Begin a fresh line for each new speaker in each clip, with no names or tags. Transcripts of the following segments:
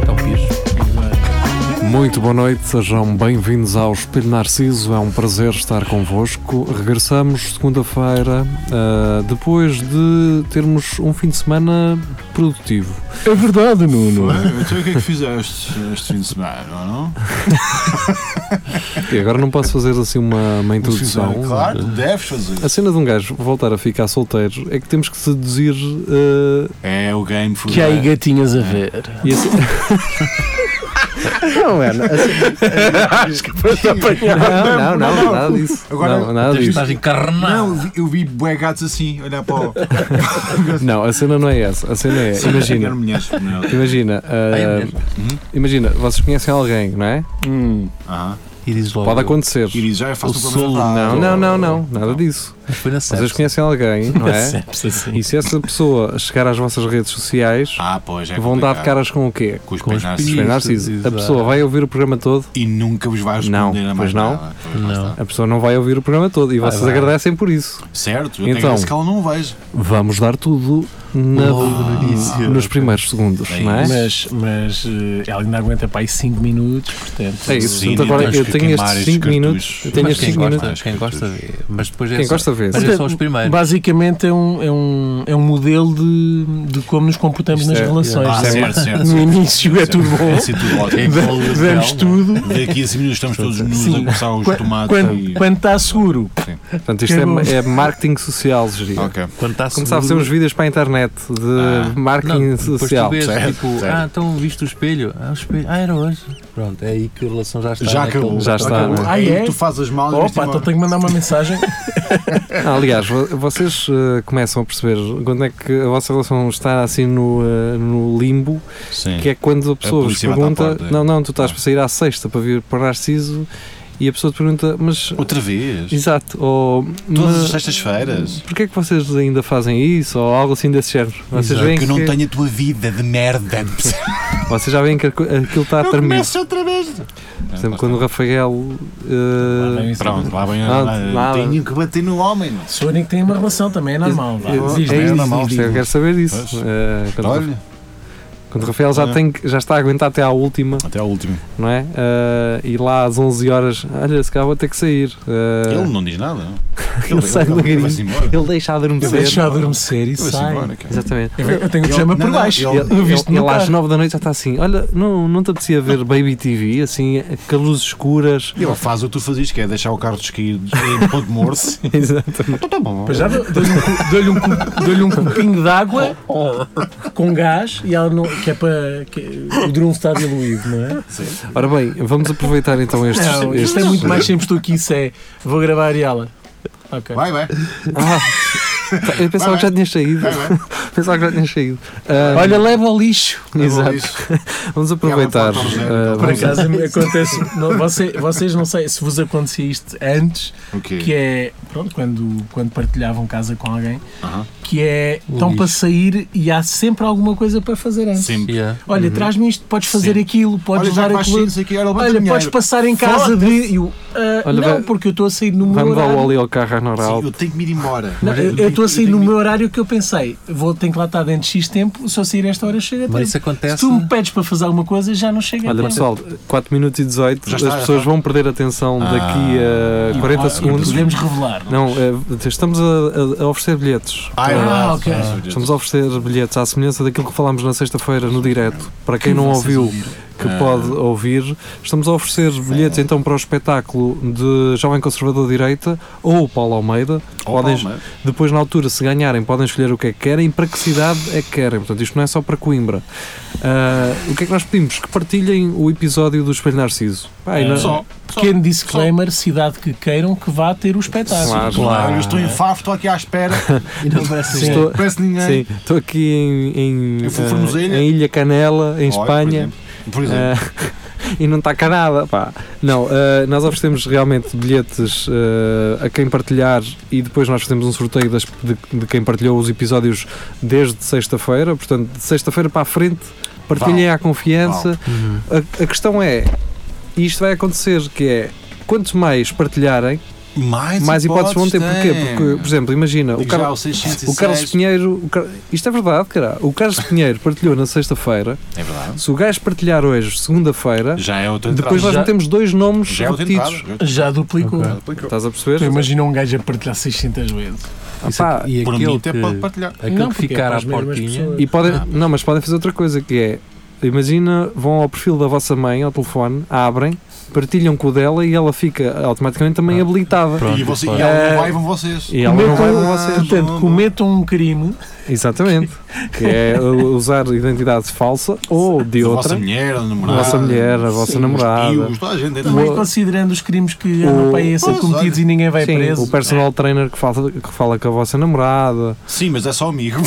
Então, Pires.
Muito boa noite, sejam bem-vindos ao Espelho Narciso, é um prazer estar convosco. Regressamos segunda-feira, ah, depois de termos um fim de semana produtivo.
É verdade, Nuno.
Bem, então o que é que fizeste este fim de semana, não?
E agora não posso fazer assim uma, uma
Este Um fim de
introdução.
semana, claro, deves fazer.
né? A cena de um gajo voltar a ficar solteiro é que temos que seduzir. ah,
É o game for
Que há aí gatinhas
É.
a ver.
e assim-
Não, é. Acho que foi apanhar.
assim- não, não, não,
não,
nada disso.
Agora-
não, nada disso.
Estás encarnado.
Não, eu vi- eu vi bué gatos assim, olhar para o...
Não, a cena não é essa. A cena é,
Eram
imagina,
mulheres, não.
imagina, ah,
Ai, é mesmo.
imagina, vocês conhecem alguém, não é?
Hum.
Aham.
E diz logo.
Pode acontecer.
E diz, já eu faço
O
o problema.
solo,
Ah,
Não, não, não, não, nada disso.
Mas foi na
Vocês
sepsis.
conhecem alguém, não
Na
é?
sepsis, assim.
E se essa pessoa chegar às vossas redes sociais,
Ah, pois, é
vão dar de
complicado.
caras com o quê?
Com os
Com os
é
pés nascidos.
Isso,
Bem, Narciso, a
exato.
pessoa vai ouvir o programa todo,
E nunca vos vais responder
Não,
a mais
pois não.
nada. Pois, lá
Não.
está.
a pessoa não vai ouvir o programa todo e
Vai,
vocês
vai.
agradecem por isso.
Certo, eu
Então.
tenho esse que ela não vejo.
Vamos dar tudo na-
Logo no início.
nos primeiros segundos,
É
não é?
Mas, mas eh, ela ainda aguenta para aí 5 minutos, portanto.
É isso,
Sim,
portanto agora
temos
eu
que
tenho
queimar
estes
estes
5 minutos,
cartuchos.
eu tenho
Mas
Mas
estes
quem
5
gosta,
minutos.
minutos.
quem gosta vê. Mas depois é
Quem
só-
gosta vê.
Mas é só os primeiros.
Basicamente é um, é um, é um modelo de, de como nos comportamos
Isto
nas
é-
relações.
Ah,
não é?
certo, certo.
No início é tudo bom.
É assim tudo ótimo.
Damos- Damos tudo.
Daqui a 5 minutos estamos todos nus a
Sim.
começar os
Quan-
tomates
Quando,
e...
quando está seguro.
Portanto, isto
Quem gosta?
é, é marketing social, geria.
Ok.
Quando está
Começar a fazer
seguro-
uns vídeos para a internet de
Ah.
marketing
Não, depois
social.
tu vês,
Certo,
tipo,
certo.
ah, então viste o espelho? Ah, o espelho. Ah, era hoje. Pronto, é aí que a relação já está.
Já
naquele-
acabou.
Já está,
Acabou.
não
é?
Aí
Ah, é?
tu fazes mal e
Opa, então tenho que mandar uma mensagem.
Ah, aliás, vo- vocês eh, começam a perceber quando é que a vossa relação está assim no, eh, no limbo,
Sim.
que é quando a pessoa vos
polícia bate à
pergunta:
porta. é. Ah.
Não, não, tu estás para sair à sexta para vir para Narciso, e a pessoa te pergunta: Mas.
Outra vez?
Exato, ou.
Todas as
Mas,
sextas-feiras?
porquê é que vocês ainda fazem isso? Ou algo assim desse género? Vocês,
Exato,
veem
Que eu não
que-
tenho a tua vida de merda.
vocês já veem que aqu- aquilo está a tremer. Por
outra vez.
exemplo, quando o Rafael.
Ah,
eh,
Pronto, lá vem
Ah,
a.
nada.
lá- Tenho que bater no homem.
Se forem que têm uma relação também, é normal. vá.
eh,
Diz,
é
diz,
isso,
diz,
isto,
diz,
eu quero saber isso.
Pois.
Eh, quando,
Olha,
quando o Rafael já,
é.
Olha.
tem, que- já está a aguentar até à última.
até a última.
não é? Ah, e lá às 11 horas, olha, se calhar vou ter que sair. Ah,
Ele não diz nada. não?
Ele sai do
ele
garim.
vai-se embora.
ele deixa
Eu
adormecer.
É
deixo adormecer e
Ele vai-se
sai.
embora, cara.
Exatamente.
Eu eu tenho o pijama
Não,
por
não,
baixo.
ele-
Eu visto
ele
no
às
carro.
9 da noite já está assim: olha, não, não te apetecia ver Baby TV, assim, com as luzes escuras.
Ele faz o que tu fazes, que é deixar o carro descaído em ponto morto.
Exatamente.
Então tá bom.
Pois já dou- dou-lhe um, cu- dou-lhe um, cu- dou-lhe um copinho de água
Oh.
com gás e ela não, que é para que o drone está diluído, não é?
Ora bem, vamos aproveitar então estes.
Não, isto é
estes-
muito mais simples do que isso é. Vou gravar e ela. Ok.
Vai, vai.
Ah, eu pensava
Vai,
que já tinha saído.
vai, vai.
Pensava que já tinha saído. Ah,
Olha, leva ao lixo.
exato.
Isso.
Vamos aproveitar.
Ela pode
ah,
Por
estar
vamos-
acaso acontece. não, você- vocês não sei se vos acontecia isto antes,
O quê?
que é pronto, quando, quando partilhavam casa com alguém,
Aham.
que é
O
estão
lixo.
para sair e há sempre alguma coisa para fazer antes.
Sempre.
Yeah.
Olha,
Uhum.
traz-me isto, podes fazer
Sim.
aquilo, podes
Olha, já
levar
que vais
aquilo.
sair, isso aqui, olha,
Olha, podes passar em casa de. Eu, ah,
Olha,
não,
vai-
porque eu estou a sair no meu
Vai-me dar
horário.
o óleo ao carro na oral.
Sim, eu tenho que me ir embora.
Não, eu- eu
tenho-
estou a sair
tenho
no
que-
meu horário que eu pensei, vou ter que lá estar dentro de X tempo, se eu sair esta hora chega a tempo.
Mas isso acontece.
Se tu me pedes para fazer alguma coisa, já não chega a
Olha
tempo.
pessoal, 4 minutos e 18,
Já
as
está, já
pessoas
está.
vão perder atenção daqui a 40
Ah,
segundos.
Podemos revelar. não?
Não, eh, estamos a, a- a oferecer bilhetes.
Ah, é
Ah,
verdade.
ok.
Ah, meu Deus.
Estamos a oferecer bilhetes à semelhança daquilo que falámos na sexta-feira no direto. Para quem não ouviu, que pode
Ah.
ouvir, estamos a oferecer bilhetes então para o espetáculo de Jovem Conservador de Direita ou Paulo Almeida.
Opa,
Podem-
mas-
depois, na altura, se ganharem, podem escolher o que é que querem e para que cidade é que querem. Portanto, isto não é só para Coimbra. Ah, o que é que nós pedimos? Que partilhem o episódio do Espelho Narciso. Pá, e na-
É. Só.
Pequeno disclaimer, cidade que queiram que vá ter o espetáculo.
Claro.
Claro, eu estou em Faf, estou aqui à espera. não parece
ninguém. Estou-
parece ninguém.
Sim, estou aqui em, em,
Eu fui
ah,
Formoselha.
em Ilha Canela, em
Olha,
Espanha.
Por exemplo. Por exemplo.
Ah, e não está cá nada. Pá. Não, eh, nós oferecemos realmente bilhetes eh, a quem partilhar e depois nós fazemos um sorteio das- de, de quem partilhou os episódios desde sexta-feira. Portanto, de sexta-feira para a frente, partilhem à confiança.
Uhum.
A, a questão é, e isto vai acontecer, que é quanto mais partilharem,
Mais,
mais hipóteses vão ter. Porquê?
tem.
Porque, por exemplo, imagina, o
Digo
Carlos.
já, o 606.
O Carlos Pinheiro, o Car- isto é verdade, cara. O Carlos Pinheiro partilhou na sexta-feira.
É verdade.
Se o gajo partilhar hoje, segunda-feira,
Já é outra entrada.
depois nós
já,
metemos dois nomes
já é outra
repetidos.
entrada.
Já duplicou.
Ok.
Estás a perceber?
Tu Imagina um gajo a partilhar 600 vezes.
Isso
Epá,
aqui- e
Por
aquele
mim até
que,
pode partilhar.
aquele
Não,
que
porque é
ficar
para
à
as mesmas
portinha.
pessoas.
E podem,
Ah, mas-
não, mas podem fazer outra coisa que é, imagina, vão ao perfil da vossa mãe ao telefone, abrem, partilham com o dela e ela fica automaticamente também
Ah.
habilitada.
Pronto,
E, você,
pá.
e ela
É.
não vai, vão vocês.
E ela não vai com
vocês.
Portanto, cometam um crime
Exatamente. Que é uh, usar identidade falsa ou de
A vossa
outra.
mulher, a
A
namorada.
vossa mulher, a vossa
os
namorada.
tios, toda a gente. é
também
tudo.
considerando os crimes que andam
O-
para aí a ser
Pois,
cometidos e ninguém vai
Sim,
preso.
o
né?
personal trainer que fala, que fala com a vossa namorada.
Sim, mas é só amigo.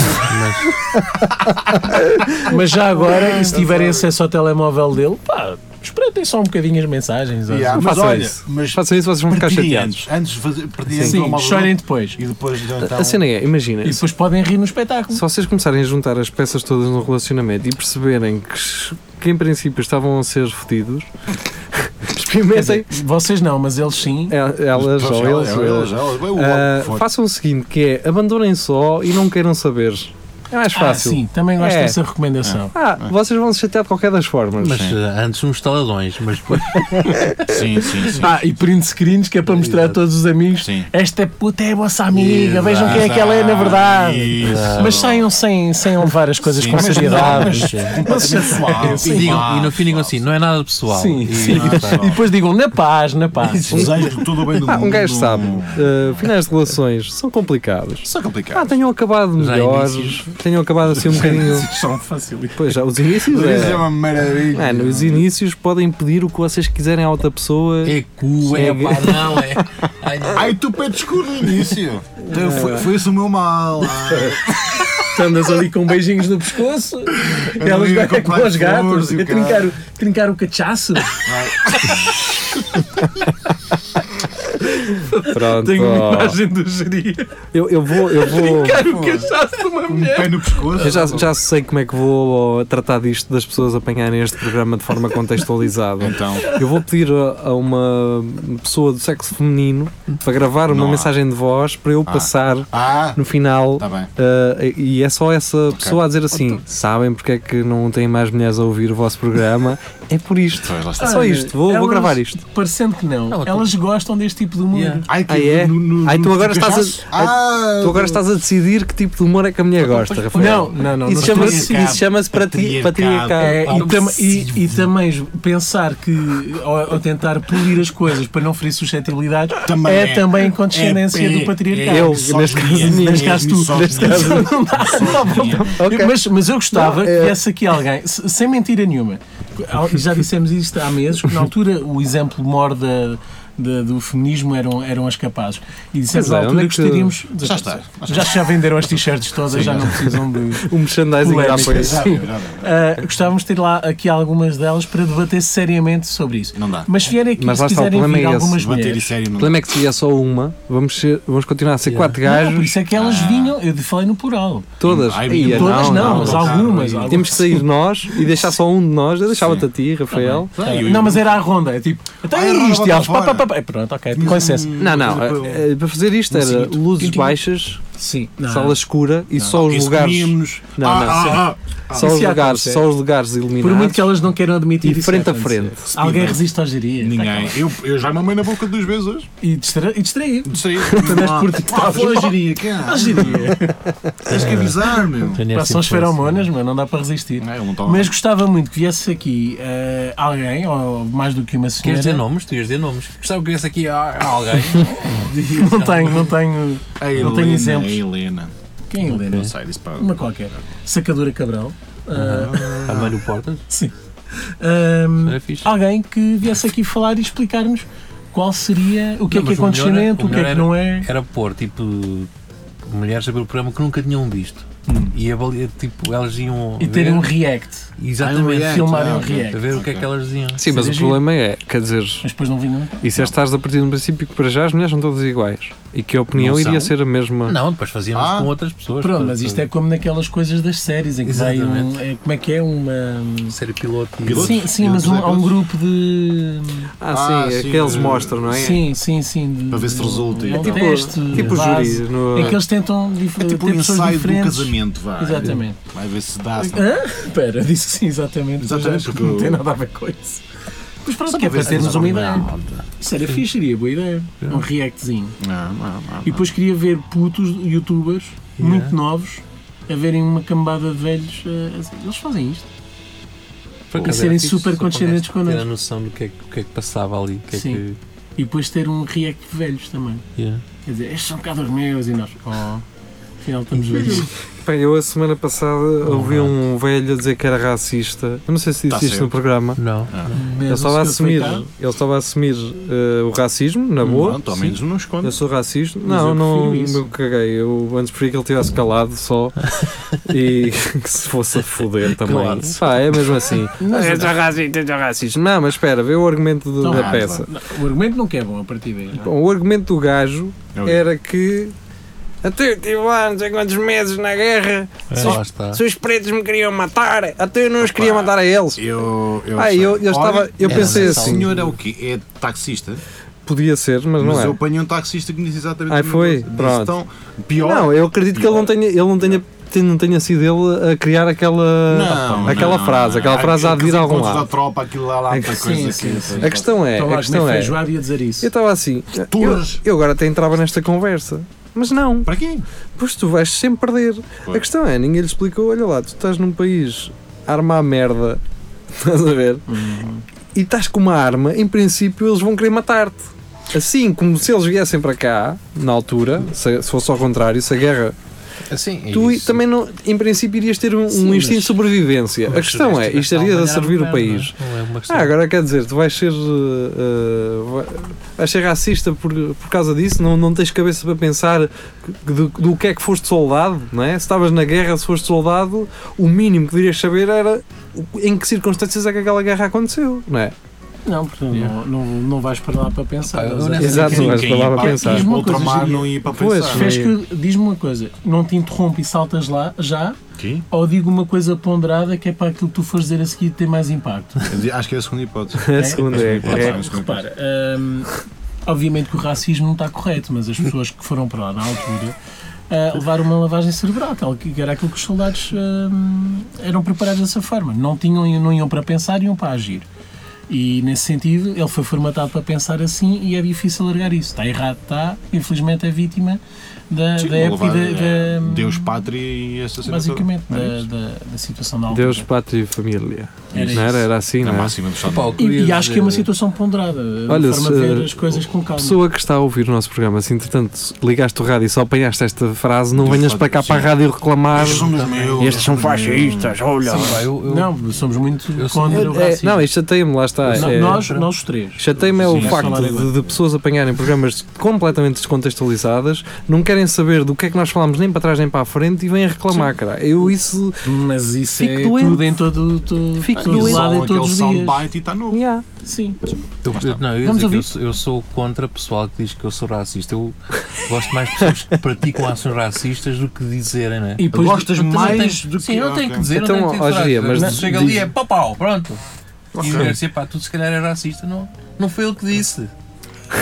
Mas já agora, e se tiverem acesso ao telemóvel dele, pá, espreitem só um bocadinho as mensagens. ou
Yeah,
assim.
Ah, mas
façam
olha,
isso.
mas
Façam isso, vocês vão ficar
partilhem
chateados.
antes. Antes de fazer, partilhem com o
Sim,
móvel
chorem depois.
E depois então,
A cena é, imagina,
E depois podem rir no espetáculo.
se vocês começarem a juntar as peças todas no relacionamento e perceberem que, que em princípio estavam a ser fodidos,
Quer dizer, é
experimentem
vocês não, mas eles sim.
el- elas ou eles. ou eles. Ah, façam o seguinte, que é, abandonem só e não queiram saber. É mais
Ah,
fácil.
sim, também gosto
É.
dessa recomendação.
Ah, vocês vão se chatear de qualquer das formas.
Mas
Sim.
eh, antes uns taladões, mas depois.
Sim, sim, sim.
Ah, e print screens que é para mostrar a todos os amigos.
Sim.
Esta puta é a vossa amiga,
Exato.
vejam quem é que ela é na verdade.
Isso.
Mas saiam sem, sem levar as coisas
Sim,
com
mas não,
seriedade.
mas completamente suave,
Ah, e, digam,
suave,
e no fim digam
suave.
assim: não é nada pessoal.
Sim,
E-
sim.
Ah, tá.
E depois digam na paz, na paz.
Desejo todo o bem do
Ah,
mundo.
um gajo sabe, ah, finais de relações são complicados.
Isso é
Ah,
complicado.
tenham acabado
Já
melhores,
inícios.
tenham acabado assim um bocadinho.
São fácil.
Pois já, os inícios
Isso é
é.
uma maravilha.
Mano, os inícios podem pedir o que vocês quiserem à outra pessoa.
É cu, é
Sim.
pá, não é. Ai, não.
Ai, tu pedes cu no início. Então, foi, foi esse o meu mal. Ai,
Tu andas ali com beijinhos no pescoço, elas
ligo
vai
com
com os
quatro
gatos,
flores e o
a trincar, o- trincar o cachaço.
Pronto.
Tenho
ó.
Oh.
uma imagem do geria.
Eu, eu vou, eu vou.
Trincar o cachaço de uma
um pé
mulher.
no pescoço.
Eu já, já sei como é que vou tratar disto das pessoas apanharem este programa de forma contextualizada.
Então,
Eu vou pedir a, a uma pessoa do sexo feminino para gravar uma
Não há.
mensagem de voz para eu passar
ah,
no final.
está bem.
eh, e é só essa pessoa a dizer assim: sabem porque é que não têm mais mulheres a ouvir o vosso programa? É por isto.
Pois, lá
É
está.
só isto. Vou, vou
Elas-
gravar isto.
Parecendo que não,
Ela-
elas gostam deste tipo de humor.
Yeah.
Ai, que
Ah, é?
no- no-
Ah,
no-
tu agora
no
estás a-
cachaço? Ah,
Tu agora estás a decidir que tipo de humor é que a mulher gosta, Rafael.
Não, não, não.
Isso
não estou-
chama-se
patriarcado.
isso chama-se patri-
Patriarcado.
É,
patriarcado.
e, tam- e- e também pensar que ou, ou tentar polir as coisas para não ferir suscetibilidades
Também
é,
é.
também condescendência
É, é,
do patriarcado.
é,
Eu,
misoginia,
neste
neste caso,
é
caso, tu,
misoginia.
neste caso, não dá,
Misoginia.
Ok.
Mas, mas eu gostava
Não,
que
é-
viesse aqui alguém, se- sem mentira nenhuma, Al- já dissemos isto há meses, que na altura o exemplo mor da, da- do feminismo eram, eram as capazes. E dissemos
Pois é,
na altura
onde é
que
que-
gostaríamos.
Já está, já está.
Já, já venderam as t-shirts todas, já não precisam de.
O merchandising já foi
Polémicas.
assim.
Já, já,
Uh,
já.
gostávamos de ter lá aqui algumas delas para debater seriamente sobre isso.
Não dá.
Mas se vierem aqui,
Mas lá
se
está, o
quiserem
problema
vir
é esse.
algumas
Debater
mulheres.
isso sério
O
não dá.
problema é que se é só uma, vamos, ser- vamos continuar a ser quatro
Não, por
gajos, Ah.
isso é que elas vinham, eu falei no plural.
todas.
Ai,
Ia,
Todas não,
não,
mas
não.
algumas.
Não,
algumas.
Temos que sair nós e deixar só um de nós. Eu deixava-te a ti, Rafael.
Ah, eu-
Não, mas era a ronda. É tipo, então
Ah,
é
a ronda
isto. E
bota
elas, pá,
fora. assim
pá,
um-
pá, pá. Pronto, ok, com É licença.
Não, não,
é-
eh, eh, para fazer isto era
seguinte. é
luzes
Quintinho.
baixas,
Sim.
sala escura e só os
Isso
lugares.
comíamos.
Não,
Ah,
não.
ah, ah.
Só
Isso
os
já
lugares,
acontece.
só os lugares
é. Por muito
iluminados.
que elas não queiram admitir
E
isso,
frente a
acontece.
frente.
Alguém resiste ao geria.
Ninguém. Eu, eu já mamei na boca duas vezes hoje.
E distra- e distraí.
Sei.
deste por ti.
Ah, foi a geria, cara.
Ao geria.
Tens que avisar, meu.
Tenho
Pá,
essa
São as
impressão.
feromonas, mano, não dá para resistir.
assim Não, ele não toma.
Mas gostava muito que viesse aqui eh, alguém, ou mais do que uma senhora.
Queres dizer nomes? Tu ias dizer nomes. Gostava que viesse aqui a- a alguém.
Não tenho, não tenho.
A
não tenho
Helena,
exemplos.
A Helena.
Quem é Helena?
Não sei disso para.
Uma qualquer. Sacadura Cabral. Ah,
A mãe do Portas?
sim. Ahm,
Era fixe.
alguém que viesse aqui falar e explicar-nos qual seria o que
Não,
é que é
mas o melhor
condescendente,
é- o
o que é
melhor
que não é.
Era pôr, tipo, mulheres a ver o programa que nunca tinham visto. e avaliar, tipo, elas iam.
Hum. E
ver-
terem um react.
Exatamente.
react,
Filmar um
ah,
A
react.
ver o que é que elas diziam.
Sim, mas o
Seria
problema é, quer dizer,
Mas depois não vi nada.
e se estás a partir do princípio que para já as mulheres são todas iguais e que a opinião
Não
iria
são.
ser a mesma.
Não, depois fazíamos
Ah.
com outras pessoas.
Pronto,
para-
mas isto é como naquelas coisas das séries em que vai um,
Exatamente.
é, como é que é uma
Série piloto. e-
Piloto? Pilotos?
sim, sim, mas um, há um grupo de
Ah, sim,
Ah,
é
sim,
que eles
eh,
mostram, não é?
sim, sim, sim, de-
Para ver se
de-
resulta e
é um
tal.
teste,
Tipo
base,
júri. No...
em que eles tentam dif-
É tipo
ter
um
pessoas
ensaio do
diferentes.
casamento, vá.
Exatamente. Ah,
Vai ver se dá. se não-
Hã? Espera, disse que sim, exatamente. mas
Exatamente,
acho que
porque
não
eu-
tem nada a ver com isso. Mas pronto,
Só
que é
para ver
para
se
termos
dá
uma
para
ideia.
andar.
Isso era fixe, seria boa ideia. Um reactzinho.
Não, não, não.
E depois queria ver putos youtubers muito novos a verem uma cambada de velhos. eh, assim. Eles fazem isto.
Por acaso
E serem
era fixe,
super
só para
condescendentes
um gajo Ter a
connosco.
noção do que é que, o que é que passava ali. o Que é
Sim.
que,
E depois ter um react de velhos também.
yeah.
Quer dizer, estes são um bocado os meus e nós. Oh, afinal estamos velhos.
Bem, eu a semana passada ouvi um velho a dizer que era racista. Eu não sei se disse
Tá
isto
certo.
no programa.
Não.
Mas
Ele
o
estava a
senhor
assumir,
coitado,
ele estava a assumir eh, o racismo, na boa.
Pronto, ao menos não esconde.
Eu sou racista?
Mas
não,
eu
não,
prefiro isso.
eu caguei. Eu antes preferia que ele tivesse calado só e que se fosse a foder também.
Claro.
Pá, é mesmo assim.
Mas-
é já racista, é já racista. Não, mas espera, vê o argumento do-
Então
da
vá,
peça.
não, o argumento não que é bom a partir daí. não é?
Bom, o argumento do gajo
Eu-
era que até eu tive lá não sei um é quantos meses na guerra,
É,
Ah, lá está.
se os pretos me queriam matar, até eu não os queria matar a eles.
Eu, eu,
Ah,
sei.
eu, eu, estava,
Olha,
eu
é,
pensei
mas
O
é
assim,
senhor é o quê? É taxista?
podia ser, mas não
Mas
é.
eu apanhei um taxista que me disse exatamente
Ai,
a mesma
foi?
coisa. Disse,
Pronto.
Então, pior.
Não, eu acredito que ele não tenha, ele não tenha, ten- não tenha sido ele a criar aquela,
Não,
aquela
não,
frase,
não.
aquela frase há de vir a algum
Aqueles encontros
lado.
da tropa, aquilo lá, lá,
É
muita
que-
coisa
sim,
que-
sim, sim.
A questão é,
Estava
a
lá a comer
questão é,
feijoada e a dizer isso.
eu estava assim, eu,
Turras.
eu agora até entrava nesta conversa, mas não,
Para quê?
pois tu vais sempre perder.
Pois.
A questão é, ninguém lhe explicou, olha lá, tu estás num país a armar merda, estás a ver? E estás com uma arma, em princípio eles vão querer matar-te. Assim como se eles viessem para cá, na altura, se, se fosse ao contrário, se a guerra
Assim,
É
Tu i- também não, em princípio irias ter um, um
Sim,
instinto de
mas-
sobrevivência. A questão é, isto irias a servir o país.
Não é uma questão.
Ah, agora quer dizer, tu vais ser, uh, uh, vai- vais ser racista por, por causa disso, não, não tens cabeça para pensar que- do, do que é que foste soldado, não é? Se estavas na guerra, se foste soldado, o mínimo que deverias saber era o- em que circunstâncias é que aquela guerra aconteceu, não é?
Não, porque não, não, não vais para lá para pensar.
Pá, eu
Mas
nessa-
é-
Exato,
Quem-
mas
quem
falava
ia
a
para-
pensar.
quis
Diz-me
para
uma
outro
coisa,
mar
diria.
não ia para
Pois,
pensar.
fez-
Fez que- Diz-me uma coisa, não te interrompo e saltas lá já,
Quê?
ou digo uma coisa ponderada que é para aquilo que tu fores dizer a seguir ter mais impacto.
Eu dizia, Acho que é a segunda hipótese.
A segunda é, é,
Repara, hum, obviamente que o racismo não está correto, mas as pessoas que foram para lá na altura ah, levaram uma lavagem cerebral, tal, que era aquilo que os soldados hum, eram preparados dessa forma. Não, tinham, não iam para pensar, iam para agir. E nesse sentido, ele foi formatado para pensar assim e é difícil largar isso. Está errado, está. Infelizmente é vítima da,
Sim,
da
vou
época e
levar,
da,
eh,
da-
Deus, pátria e essa cena
basicamente
toda.
da,
é
da, da situação da altura.
Deus, pátria e família.
Era
não
isso.
era? Era assim,
É a
não é?
máxima do Estado.
Pá, o que eu
E,
ia
e acho que é uma
dizer-
situação ponderada,
eh, Olha,
Olha, forma de
se-
ver as coisas com calma.
Pessoa que está a ouvir o nosso programa, se entretanto ligaste o rádio e só apanhaste esta frase, não
Sim,
venhas para cá
sim.
para a rádio reclamar.
Estes são dos meus.
Estes são fascistas, olha.
Sim, pá, eu- eu-
Não, somos muito
Eu sou-
contra o
É,
racismo.
não, isto chateia-me, lá está.
Não,
é,
nós, nós os três.
Chateia-me é o
Sim, é
facto
falar
de,
igual.
de pessoas apanharem programas completamente descontextualizadas, não querem saber do que é que nós falámos nem para trás nem para a frente e vêm reclamar, cara. Eu isso.
Mas isso
Fico
é
doente.
tudo em todo, todo
Fico
todo
doente.
lado, em
Aquele
todos os dias.
soundbite e está novo.
Yeah.
Sim.
Eu, eu, não, eu, ia
Vamos
dizer que
ouvir?
eu, sou, eu sou contra o pessoal que diz que eu sou racista. Eu gosto mais de pessoas que praticam ações racistas do que dizerem, né?
E depois-
Gostas
tu não
mais
tens-
do
Sim,
que-
eu não tenho
ok.
que dizer,
Então,
não tenho que
ó,
dizer.
Gia, mas
não
diz-
chega ali
diz-
é pau pau, pronto. E
Ok.
eu disse, pá, tu se calhar é racista, não, não foi ele que disse.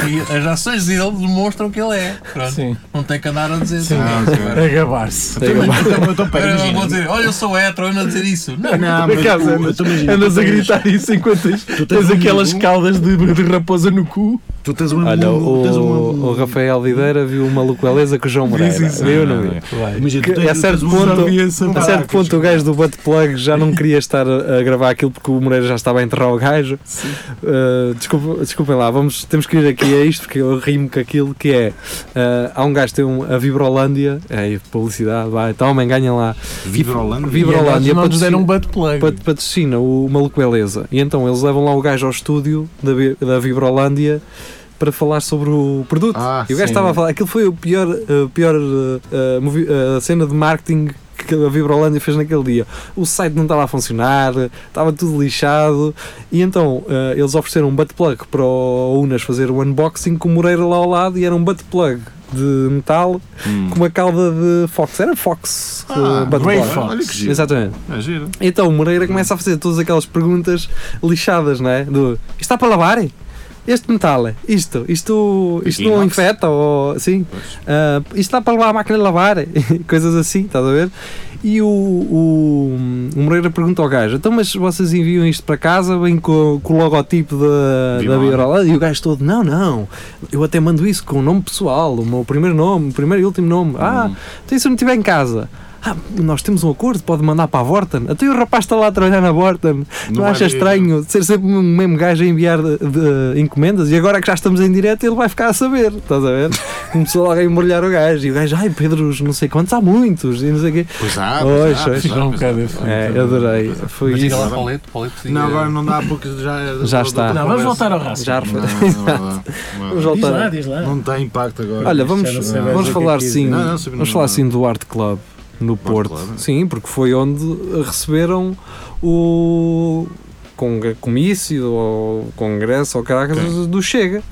E as ações dele demonstram que ele é. Pronto.
Sim.
Não tem que andar a dizer. Sim.
Ah, ok.
Agabar-se.
Então, então, pera,
Eu não
imagina.
vou dizer, olha, eu sou hétero, eu não dizer isso. Não,
Não, mas
acaso,
tu- eu tô imaginando, tu tens-
isso enquanto tens, um
tens aquelas
caudas de, raposa no cu.
Tu tens um
Olha,
tu tens
o,
um-
o Rafael Videira viu uma Luqueleza com o João Moreira.
isso. Ah,
Viu, não viu?
Imagina, tu
Que
tens-
a certo
tens um
ponto,
Javier
a certo
Baracas.
ponto o gajo do butt plug já não queria estar a, a gravar aquilo porque o Moreira já estava a enterrar o gajo. Uh, desculpa- desculpem lá, vamos, temos que ir aqui a isto porque eu rimo com aquilo que é. uh, há um gajo que tem um, a Vibrolândia, é publicidade, vai, tomem, ganhem lá.
Vibrolândia.
Vibrolândia
não nos
patrocina,
deram um butt plug.
pat- patrocina o Maluco Beleza. E então eles levam lá o gajo ao estúdio da, Vi- da Vibrolândia para falar sobre o produto.
Ah,
E o gajo
sim.
eh, estava a falar, aquilo foi a pior, a pior uh, uh, movi- uh, cena de marketing que que a Vibrolândia fez naquele dia. O site não estava a funcionar, estava tudo lixado. E então eh, eles ofereceram um butt plug para o Unas fazer o unboxing com o Moreira lá ao lado e era um butt plug de metal com uma cauda de Fox. Era Fox
Hum. Ah,
eh, butt
Grey
plug.
Fox.
Olha que giro.
Exatamente.
É giro.
Então o Moreira começa a fazer todas aquelas perguntas lixadas, não é? Do isto está para lavar? Este metal, isto, isto, isto não
Inox.
infeta, ou assim, ah, isto está para levar a máquina a lavar, coisas assim, estás a ver? E o, o, o Moreira pergunta ao gajo: então, mas vocês enviam isto para casa, bem com, com o logotipo da, da
Vibora.
Viola? E o gajo todo: não, não, eu até mando isso com o nome pessoal, o meu primeiro nome, o primeiro e último nome. Ah, então e se eu não estiver em casa? Ah, nós temos um acordo, pode mandar para a Vorten. Até o rapaz está lá a trabalhar na Vorten. Não,
Não é
acha
mesmo.
estranho ser sempre o mesmo gajo a enviar de- de eh, encomendas? E agora que já estamos em direto, ele vai ficar a saber, estás a ver? Começou logo a embrulhar o gajo. E o gajo, ai Pedro, os não sei quantos, há muitos. E não sei o quê.
Pois há,
Pois,
pois há,
pois.
pois há,
Não,
pois há.
cara, foi.
É, adorei. Foi
Mas diga
isso.
lá, Paulete, Paulete.
Não,
diga-
agora não dá porque já... é
Já está.
Não, vamos voltar ao racismo.
Já
Não, não dá, não dá.
Vamos
Diz lá,
voltar.
diz lá.
Não tem impacto agora.
Olha,
Já não
vamos,
sei mais
vamos
o que é
falar
que
sim.
dizer. Não, não, sobre-
Vamos
não,
falar
não.
sim do Art Club no Porto.
Club, né?
Sim, porque foi onde receberam o com comício ou congresso ou caracas do Chega,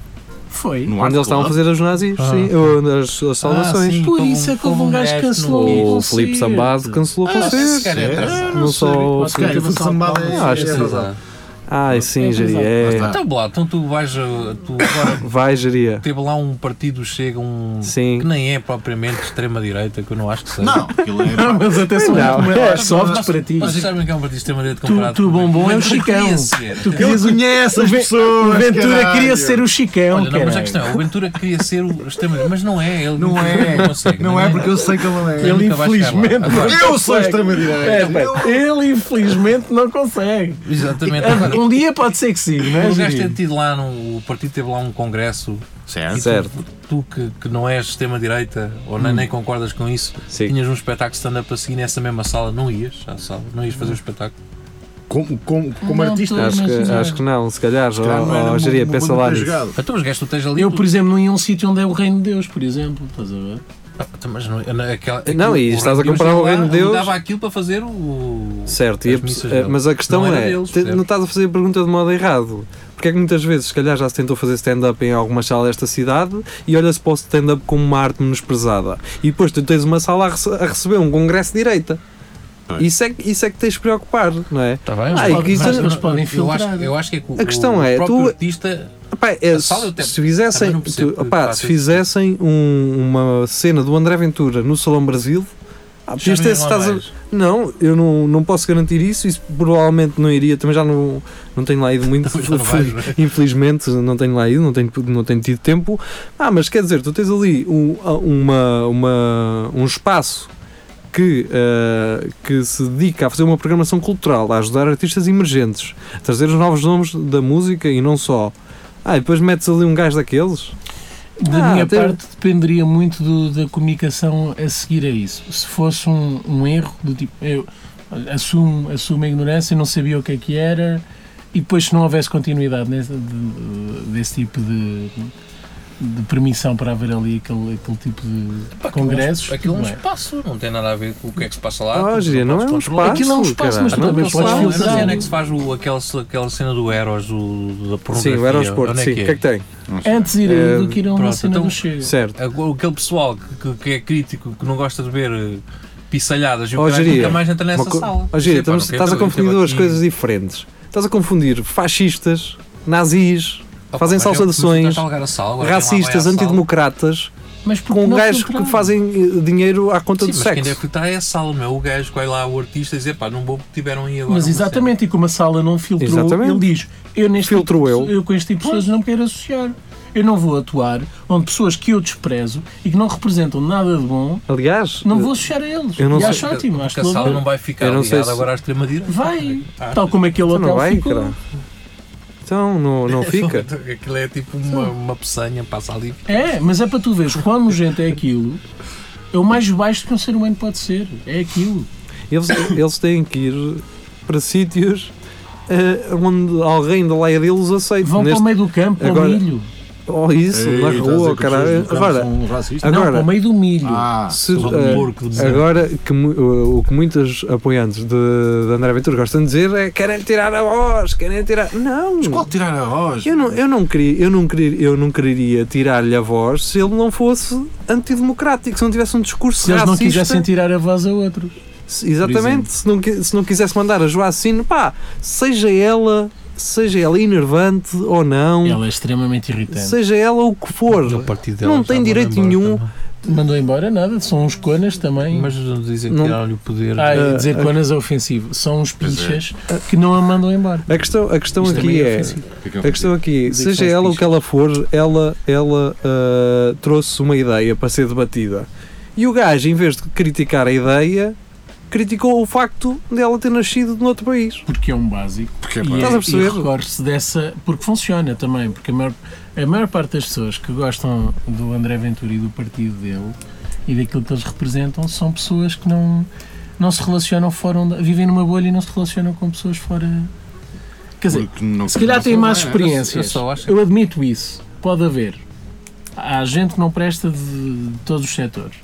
Foi.
No
onde
Um Art
eles estavam a
Club?
fazer as nazis,
Ah.
sim, onde as, as saudações.
sim.
Por
Como-
isso é que houve
como
um
um
gajo que
gajo
cancelou
no-
o
o Filipe
concerto.
Sambado cancelou o
esse
concerto.
cara é atrás.
É,
Não só o
Mas, cara,
Filipe.
Filipe Sambado é-
Sambado
Ah, acho que
é-
sim.
Exato.
Ai, sim,
Tens
geria.
razão.
Mas
é.
tá.
Então, lá, então tu vais a- Tu agora
Vai, geria.
teve lá um partido chega um.
Sim.
Que nem é propriamente extrema-direita, que eu não acho que seja.
Não, aquilo é...
Não, mas atenção,
Não.
não.
É,
é softs para ti.
Vocês sabem que é um partido de extrema-direita
Tu,
comparado
tu
com-
bombom é o
Mas eu queria
Chicão.
ser.
Tu
Ele
querias um o
conhece as
Ve-
pessoas,
o Ventura queria ser o Chicão.
Olha, não, mas a
caralho.
questão é, o Ventura queria ser o extrema-direita, mas não é. Ele
Não é,
consegue,
não é porque eu sei que ele não é.
Ele-
Ele
nunca vai chegar lá.
infelizmente.
Agora-
não
Eu sou
consegue.
é
extrema-direita.
Espera, espera. É, Ele infelizmente não consegue.
Exatamente.
Ah, Um dia pode ser que sim, não é?
o gajo
Júlio?
ter tido lá, no, o partido teve lá um congresso
Certo.
Certo.
tu que, que não és extrema-direita ou nem, nem concordas com isso,
Hum. Sim.
tinhas um espetáculo de stand-up a seguir nessa mesma sala, não ias à sala, não ias fazer o espetáculo.
Como, como, como
Não,
artista.
tu-
Acho que,
Imaginar.
acho que não, se calhar,
se calhar, não é um era
ó, ó,
uma-
geria,
uma
Oh, pensa
boa
lá
maneira
nisso.
jogada.
Então os gajos tu tens ali.
Eu,
tu-
por exemplo, não ia a um sítio onde é o reino de Deus, por exemplo. Estás a ver?
Ah, mas não, na- aquela-
Não, e
o
estás a
Reino
comparar o
lá,
Reino de Deus-
ele Dava aquilo para fazer o.
Certo, e
as
a-
missas
eh,
dele.
mas a questão
Não era
é,
deles,
te-
percebes?
não estás a fazer a pergunta de modo errado. Porque é que muitas vezes, se calhar, já se tentou fazer stand-up em alguma sala desta cidade e olha-se para o stand-up como uma arte menosprezada. E depois tu tens uma sala a, rece- a receber um congresso de direita.
Pois.
Isso é, que- isso é que tens de preocupar, não é?
Está Tá bem,
Ah, e que isso-
mas-
eles podem
eu
filtrar.
acho, eu acho que é que o,
A questão
o
é,
próprio
tu-
artista
Epá, é,
A sala eu te-
se fizessem,
também não percebo
tu-
que
opá,
faça
se
isso.
fizessem um- uma cena do André Ventura no Salão Brasil, ah,
já
podias
não
ter-
ia lá
estás a-
mais.
Não, eu não, não posso garantir isso, isso provavelmente não iria, também já não, não tenho lá ido muito,
Também já não vais, não é?
infelizmente não tenho lá ido, não tenho, não tenho tido tempo. Ah, mas quer dizer, tu tens ali um, uma, uma- um espaço que, eh, que se dedica a fazer uma programação cultural, a ajudar artistas emergentes, a trazer os novos nomes da música e não só. Ah, e depois metes ali um gajo daqueles?
Da
Ah,
minha
tem-
parte, dependeria muito do- da comunicação a seguir a isso. Se fosse um, um erro, do tipo, eu olha, assumo, assumo a ignorância, não sabia o que é que era, e depois, se não houvesse continuidade nesse, de- desse tipo de, de permissão para haver ali aquele, aquele tipo de
Pá, aquilo é um-
congressos.
Aquilo é um
tudo bem.
espaço, não tem nada a ver com o que é que se passa lá.
Ah,
tu
Gíria, não é
podes
um
controlar.
espaço.
Aquilo é um espaço,
caralho.
mas tu
Não é um
também podes
espaço.
Não, é na
filtrar.
cena que se faz o, aquela, aquela cena do Eros, do,
Sim,
da pornografia.
o Aerosporto,
Onde é
sim. O
que
que
é?
é que tem?
Antes ir aí do
Eh,
que ir a uma
pronto,
cena
então-
do Chega.
Certo.
Agora, Aquele pessoal que, que é crítico, que não gosta de ver eh, pissalhadas e o
Ó,
caralho,
Jeria,
nunca mais entra nessa
Uma co-
sala.
Ó, Gira,
Sei, pá,
estamos-
não quero
estás a
ver,
confundir
teve
duas
aqui-
coisas diferentes. Estás a confundir fascistas, nazis,
Opa,
fazem
mas eu-
salsações,
tu estás a alugar a sala, agora quem lá vai
racistas,
à sala-
antidemocratas,
Mas porque
com
não
gajos que
filtraram?
fazem eh, dinheiro à conta
Sim,
do
mas quem deve
sexo.
filtrar é a sala, meu. O gajo que vai lá, o artista, e dizer, pá, não vou porque tiveram aí agora.
Mas
uma
exatamente, e como a sala não filtrou,
Exatamente.
ele diz: eu neste
Filtro
tipo de
eu.
pessoa- com este tipo de pessoas não me quero associar. Eu não vou atuar onde pessoas que eu desprezo e que não representam nada de bom,
Aliás,
não
eh,
vou associar a eles.
Eu não
e
sei-
acho
cena.
ótimo, acho
Porque
que
a sala não vai ficar
Eu não sei
ligada
se-
agora à extrema-direita.
Vai,
Ah,
tal como aquele
então
hotel
não vai,
ficou.
cara. Então, não, não fica.
Aquilo é tipo uma, uma peçanha, passa ali.
É, mas é para tu veres quão nojento é aquilo. É o mais baixo que um ser humano pode ser. É aquilo.
Eles, eles têm que ir para sítios eh, onde alguém da laia deles aceita.
Vão para o
Neste,
meio do campo, para o
agora-
milho.
ou isso, na rua, caralho. Agora,
Não,
Agora-
para o meio do milho.
Ah,
se,
Só um
eh,
porco de desenho.
agora que, mu- o, o que muitos apoiantes de, de André Ventura gostam de dizer é querem tirar a voz, querem tirar. Não!
qual tirar a voz?
Eu não, eu não queria, eu não queria, eu não quereria tirar-lhe a voz se ele não fosse antidemocrático, se não tivesse um discurso
se eles não
racista.
quisessem tirar a voz a outros.
Se- Exatamente, se não, qui- se não quisesse mandar a Joacine, pá, seja ela, seja ela enervante ou não,
Ela é extremamente irritante.
seja ela o que
O
for,
partido dela
não
já
tem
mandou
direito
embora
nenhum.
também.
Mandou embora nada, são uns conas também.
Mas é? não dizem que
Não-
tiraram-lhe o poder.
Ai,
Ah,
dizer
ah,
conas é ofensivo. São uns
Pois é.
pichas que não a mandam embora.
a questão, a questão
Isto
aqui
também
é,
ofensivo.
O que é que eu
a questão aqui,
Dizer
é,
que
seja
são os
ela o
bichos.
que ela for, ela, ela ah, trouxe uma ideia para ser debatida. E o gajo, em vez de criticar a ideia, criticou o facto dela ter nascido noutro país.
Porque é um básico.
Porque é
e
pá,
é-
Estás a perceber?
e recorre-se dessa. Porque funciona também. Porque a maior, a maior parte das pessoas que gostam do André Ventura e do partido dele e daquilo que eles representam são pessoas que não, não se relacionam fora. onde- vivem numa bolha e não se relacionam com pessoas fora. Quer dizer,
porque não-
Se calhar
não
tem
sei
más
bem, né?
Eu
experiências.
só acho
Eu admito isso. Pode haver. Há gente que não presta de, de todos os setores.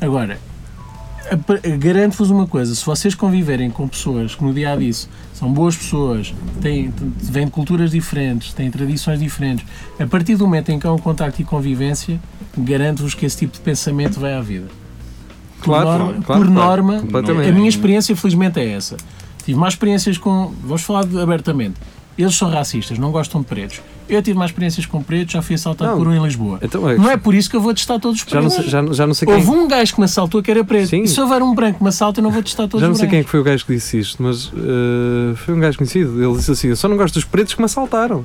Agora, ap- garanto-vos uma coisa: se vocês conviverem com pessoas que no dia a dia são boas pessoas, têm, t- vêm de culturas diferentes, têm tradições diferentes, a partir do momento em que há um contacto e convivência, garanto-vos que esse tipo de pensamento vai à vida.
Claro,
por norma,
claro, claro, é
por
claro.
norma
Completamente.
a minha experiência, felizmente, é essa. Tive mais experiências com. Vamos falar de- abertamente. Eles são racistas, não gostam de pretos. Eu tive mais experiências com pretos, já fui assaltado
Não.
por um em Lisboa.
Então, é-
Não é por isso que eu vou testar todos os
já, não
pretos.
sei, já, não- já não sei quem.
Houve um gajo que me assaltou que era preto.
Sim.
E se houver um branco que me assalta, eu não vou testar todos
Já não
os
sei quem é
brancos.
que foi o gajo que disse isto, mas eh, foi um gajo conhecido. Ele disse assim: Eu só não gosto dos pretos que me assaltaram.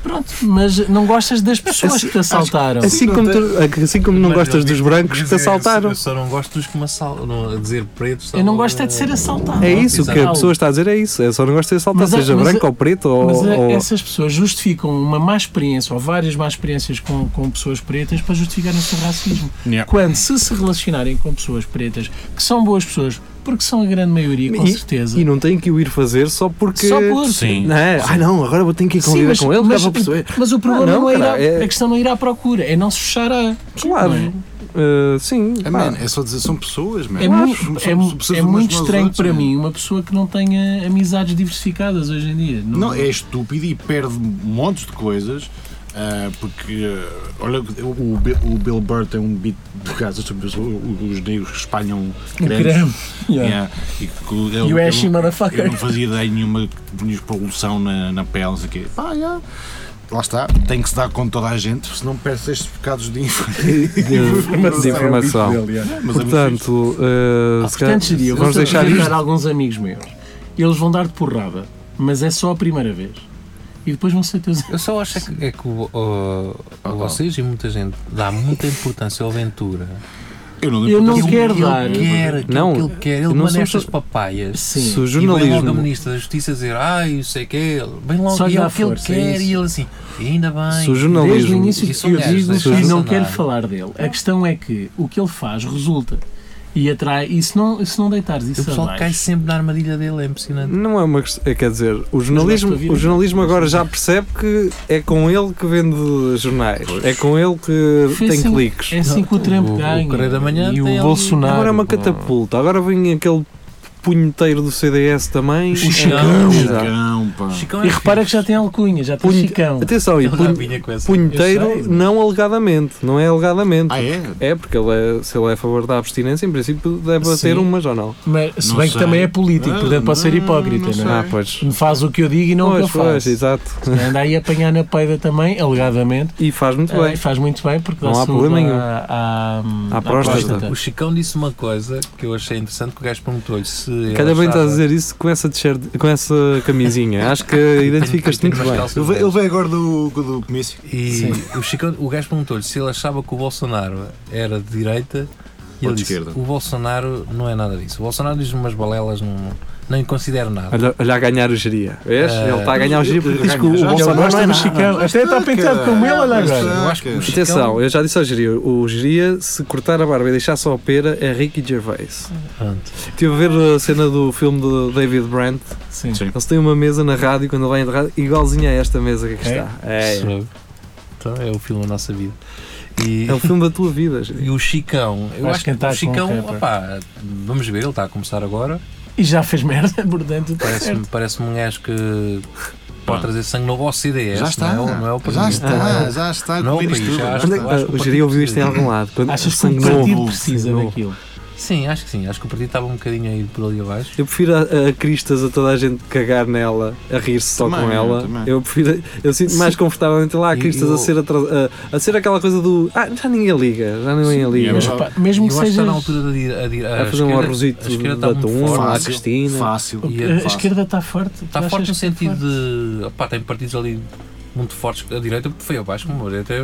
Pronto, mas não gostas das pessoas que te assaltaram.
Assim
não
como,
tem-
tu- assim como não
Mas
gostas
ele
dos
diz-
brancos que
diz
te
é,
assaltaram.
Eu só não gosto dos que me assaltam. Não, a dizer pretos.
eu não gosto é de ser assaltado.
É isso que a
Exato.
pessoa está a dizer, é isso. Eu só não gosto de assaltar,
Mas é-
seja
mas
branco
é-
ou preto ou.
Mas eh,
ou-
essas pessoas justificam uma má experiência ou várias má experiências com, com pessoas pretas para justificarem o seu racismo.
Yeah.
Quando se se relacionarem com pessoas pretas que são boas pessoas, porque são a grande maioria, com
E-
certeza.
E não tem que o ir fazer só porque.
Só por.
Sim.
Não é? Ai não, agora vou ter que ir
Sim,
conviver
mas,
com ele,
mas,
dá para perceber.
mas o problema
Ah, não,
não, é, ir
cara,
à-
é-
a questão não é ir à procura, é não se fechar a.
Claro.
Não é?
Eh, sim. pá.
É, man, é só dizer, são pessoas, man.
É,
Claro,
muito,
somos-
é,
somos pessoas
é
umas
muito
com as
estranho
outras,
para
né? man.
mim uma pessoa que não tenha amizades diversificadas hoje em dia. Não,
Não, é estúpido e perde montes de coisas. ah, porque, ah, olha, o, o Bi- o Bill Burr tem um beat de casa sobre os, os negros que espalham cremes.
creme. Yeah.
Yeah. E que ele-
You
ele-
ashy
Eu
Então,
motherfucker.
não fazia ideia nenhuma que tinhas poluição na, na pele, não sei o quê. Pá, já. Lá está, tem que se dar com toda a gente, senão perde estes bocados de, inf... é um
De, de informação.
um
Mas é muito fixe.
Portanto, eh, se calhar
Portanto, seria, vou
vamos deixar
deixar
isto.
alguns amigos meus. Eles vão dar-te porrada, mas é só a primeira vez. E depois vão ser teus
Eu só acho é que, é que o- o- vocês e muita gente dá muita importância ao Ventura.
eu não,
Eu não
importância.
quero
ele
dar.
quer, aquilo
Não,
que ele quer,
eu
ele
não
manda
sou-
estas papaias.
Sim.
Se o
E vem logo a
jornalismo.
Ministra da Justiça dizer, ai, não sei o quê, bem logo,
Só lhe
e é
dá
o que ele
força, é
quer,
isso.
e ele assim, ainda bem.
Se o
Desde o
jornalismo.
início
Isso
que eu
aliás,
digo
deixa
e
eu
não
sanar.
quero falar dele. A questão é que o que ele faz resulta e atrai. E se não, se não deitares
O
isso
pessoal cai
abaixo,
sempre na armadilha dele, é impressionante.
Não é uma questão. é, Quer dizer, o
nós
jornalismo,
para vir-
o jornalismo agora já percebe que é com ele que vende jornais, é com ele que
Foi
tem
assim-
cliques.
é assim que o Trump
O- o
ganha.
Correio da Manhã
e
tem
o
ali-
Bolsonaro.
Agora é uma
pá.
catapulta, agora vem aquele punheteiro do CDS também.
O
Não,
Chicão.
Exato.
cão, um pá.
Chicão é
E repara que
fixe.
já tem alcunha, já tem
Punhe-
Chicão.
Atenção, e
Ele já
punhe-
vinha com essa.
Eu sei.
punheteiro não alegadamente, não é alegadamente.
Ah, é?
É, porque ele é- se ele é a favor da abstinência, em princípio deve
Sim.
ter umas ou não.
Mas, se
Não
bem que
sei.
também é político,
Ah,
portanto pode ser
não,
hipócrita,
não
não,
sei.
é?
Ah, pois.
Faz o que eu digo e não o que eu
pois, pois,
faço.
exato.
Anda aí a apanhar na peida também, alegadamente.
E faz muito
Ah,
bem.
faz muito bem porque
Não
dá
há
saúde
problema
à-
nenhum.
à-
À
à
próstata.
O Chicão disse uma coisa que eu achei interessante que o gajo perguntou-lhe se.
Calha bem
está
estás a dizer isso com essa, t-shirt- com essa camisinha. Acho que identificas-te muito bem.
Ele veio, ele veio agora do, do comício.
E o, Chicão, o gajo perguntou-lhe se ele achava que o Bolsonaro era de direita e
Ou
ele
de
disse,
esquerda.
o Bolsonaro não é nada disso. O Bolsonaro diz umas balelas, não, nem considero nada.
Olha, olha a ganhar o geria. Vês?
É.
Ele está a ganhar o geria porque diz que o
Ele
Bolsonaro não
gosta
é
do
nada.
Chicão.
Até está pintado como ele, olha agora.
Eu acho que é o Chicão-
Atenção, eu já disse ao geria. O geria, se cortar a barba e deixar só a pera, é Ricky Gervais.
Pronto.
Estive a ver a cena do filme do David Brandt.
Sim.
Sim.
Eles têm uma mesa na rádio, quando ele vai entrar, igualzinha a esta mesa que aqui
É?
está. É.
Percebe? Então é o filme da nossa vida. E,
É o filme da tua vida. gente.
e o Chicão, eu
Vais
acho que
cantar
o
com um
Chicão,
rapper.
opá, vamos ver, ele está a começar agora.
E já fez merda, portanto, tá certo.
Parece-me parece um gajo que
Pronto.
pode trazer sangue novo ao CDS.
já está,
Não é, o- não é o
já
primeiro.
está, já está a
Não é o
comer isto
país,
tudo.
já
já
está.
Onde é que-
está.
acho
ah,
que o
o Jeria ouviu isto em
partido-
algum lado. Quando
Achas que o
um
sangue novo,
partido
novo,
precisa
sangue novo.
daquilo?
Sim, acho que sim. Acho que o partido estava um bocadinho aí por ali abaixo.
Eu prefiro a, a Cristas a toda a gente cagar nela, a rir-se só
Também,
com
eu
ela.
também.
Eu prefiro, eu sinto mais confortável em ter lá a
E-
Cristas
e
a
eu-
ser atra- a, a ser aquela coisa do ah, já ninguém liga, já ninguém liga.
Mas,
é
pá, mesmo
Eu
que
acho que
um seja.
está na altura da di- a di- a
a fazer um
esquerda-
arrozito
a esquerda
de
está muito
atum,
forte.
à
Fácil,
Cristina.
Fácil.
E
A
Fácil.
esquerda está forte.
Está
Tu
Tá forte
achas
no
que está
sentido
forte?
de. Opá, tem partidos ali muito fortes. A direita foi abaixo, como a direita.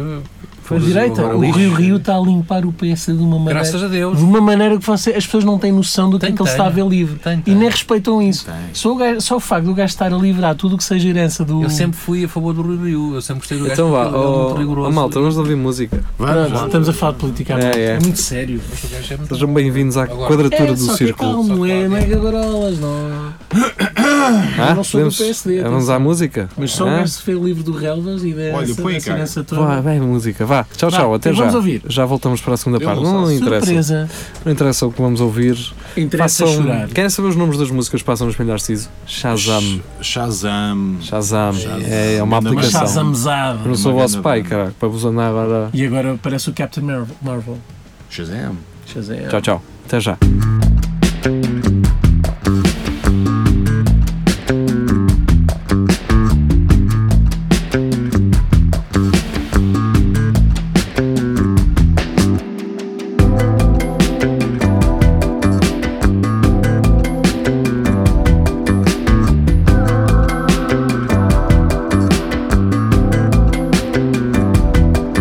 Foi a direita.
agora é
O
lixo.
Rio Rio é está a limpar o PS de uma maneira.
Graças a Deus.
De uma maneira que você- as pessoas não têm noção do que, é
Tem,
que ele
tem.
está a ver livre.
Tem,
E
tem.
nem respeitam isso.
Tem.
Só o, gajo- só o facto do gajo estar a livrar tudo o que seja herança do.
Eu sempre fui a favor do Rui Rio. Eu sempre gostei do gajo
Então vá,
porque ele é
ó,
muito rigoroso.
ó, malta, vamos ouvir música.
Vamos
Pronto,
lá.
estamos a falar de política agora.
É, é.
É muito sério.
Este gajo é muito-
Sejam bem-vindos à
Agora.
quadratura
É,
do
só que
círculo.
calmo, é mega garolas, não. é?
Ah,
não sou do
podemos-
PSD,
Vamos à
atenção.
música?
Mas só o
Ah?
gajo se fez livre do Relvas e da
Olha,
herança-
põe
dessa
cá.
herança
Vá,
toda.
bem, música, vá. Tchau,
Vá,
tchau, até
vamos
já.
ouvir.
Já voltamos para a segunda
Eu
parte.
não
Não,
sei,
interessa.
Surpresa. um
Não interessa o que vamos ouvir.
Interessa
Façam-
chorar.
Querem saber os nomes das músicas que passam no Espelho Narciso? Shazam.
Shazam.
Shazam.
Shazam.
É, é uma
Mas
Mas
Aplicação.
está
aplicação. Eu não
zamzado.
sou o
Uma
vosso
grande
pai,
banda.
caraca, para vos andar agora.
E agora parece o Captain Mar- Marvel.
Shazam.
Shazam.
Tchau, tchau. Até já.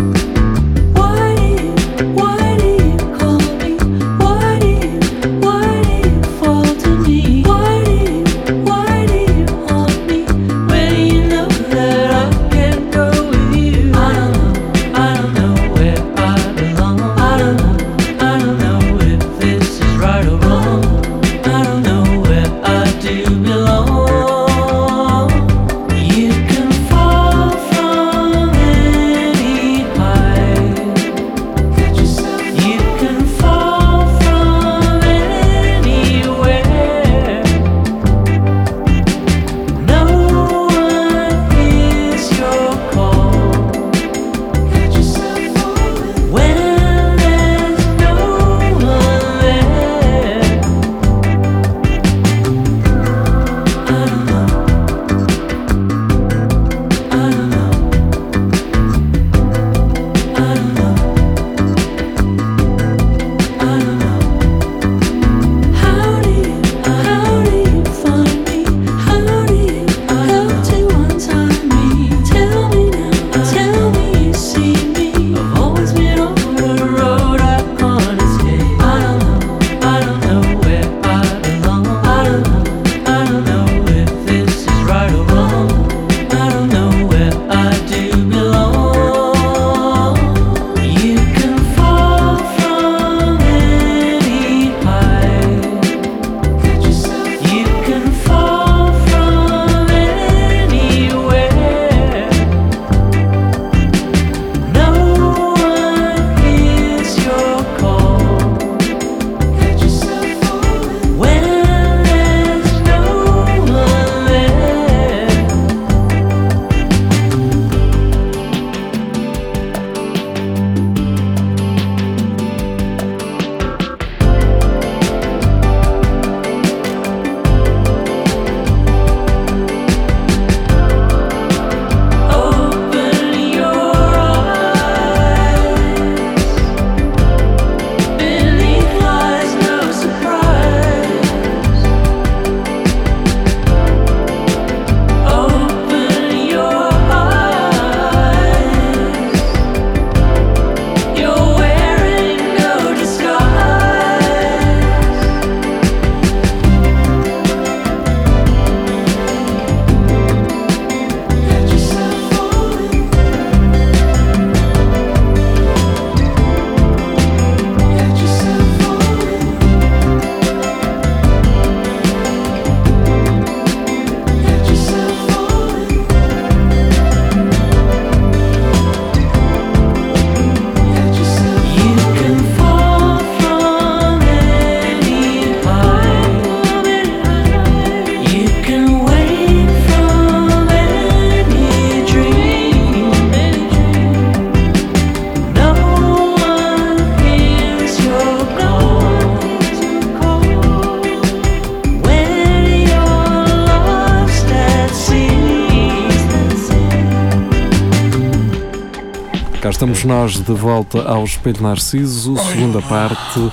What if, what if, call me? What if, what if, fall to me? What if, what if, haunt me? When you know that I can't go with you, I don't know, I don't know where I belong. I don't know, I don't know if this is right or wrong. I don't know where I do belong. You can fall from any height. You can fall from anywhere. No one hears your call. When there's no one there. I don't know.
Cá estamos nós de volta ao Espelho Narciso, segunda parte.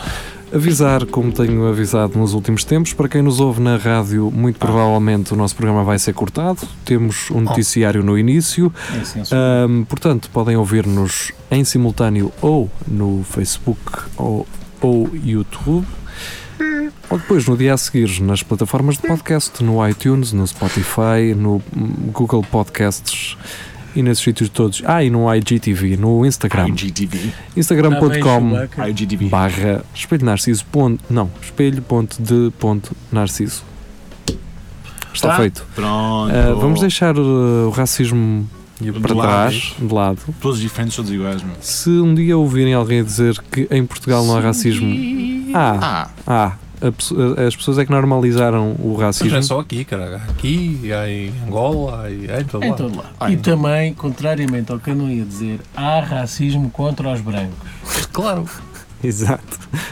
Avisar, como tenho avisado nos últimos tempos, para quem nos ouve na rádio, muito provavelmente o nosso programa vai ser cortado. Temos um noticiário no início.
É censura.
Ahm, portanto, podem ouvir-nos em simultâneo ou no Facebook ou, ou YouTube. Ou depois, no dia a seguir, nas plataformas de podcast, no iTunes, no Spotify, no hum, Google Podcasts e nesses sítios todos. Ah, e no IGTV, no Instagram.
IGTV.
Instagram.com
Parabéns, Chewbacca.
IGTV.
barra espelho narciso ponto, não, espelho ponto de ponto narciso. Está
Tá.
feito.
Pronto.
Ah, vamos deixar uh, o racismo para trás, de lado.
Todos diferentes, todos iguais, meu.
Se um dia ouvirem alguém dizer que em Portugal não há racismo, ah,
Ah,
ah, a pesso- a- as pessoas é que normalizaram o
Mas não é
racismo.
só aqui, cara. Aqui, há em Angola, há em, há em todo
Em
lado.
todo lado. E também, contrariamente ao que eu não ia dizer, há racismo contra os brancos.
Claro.
Exato.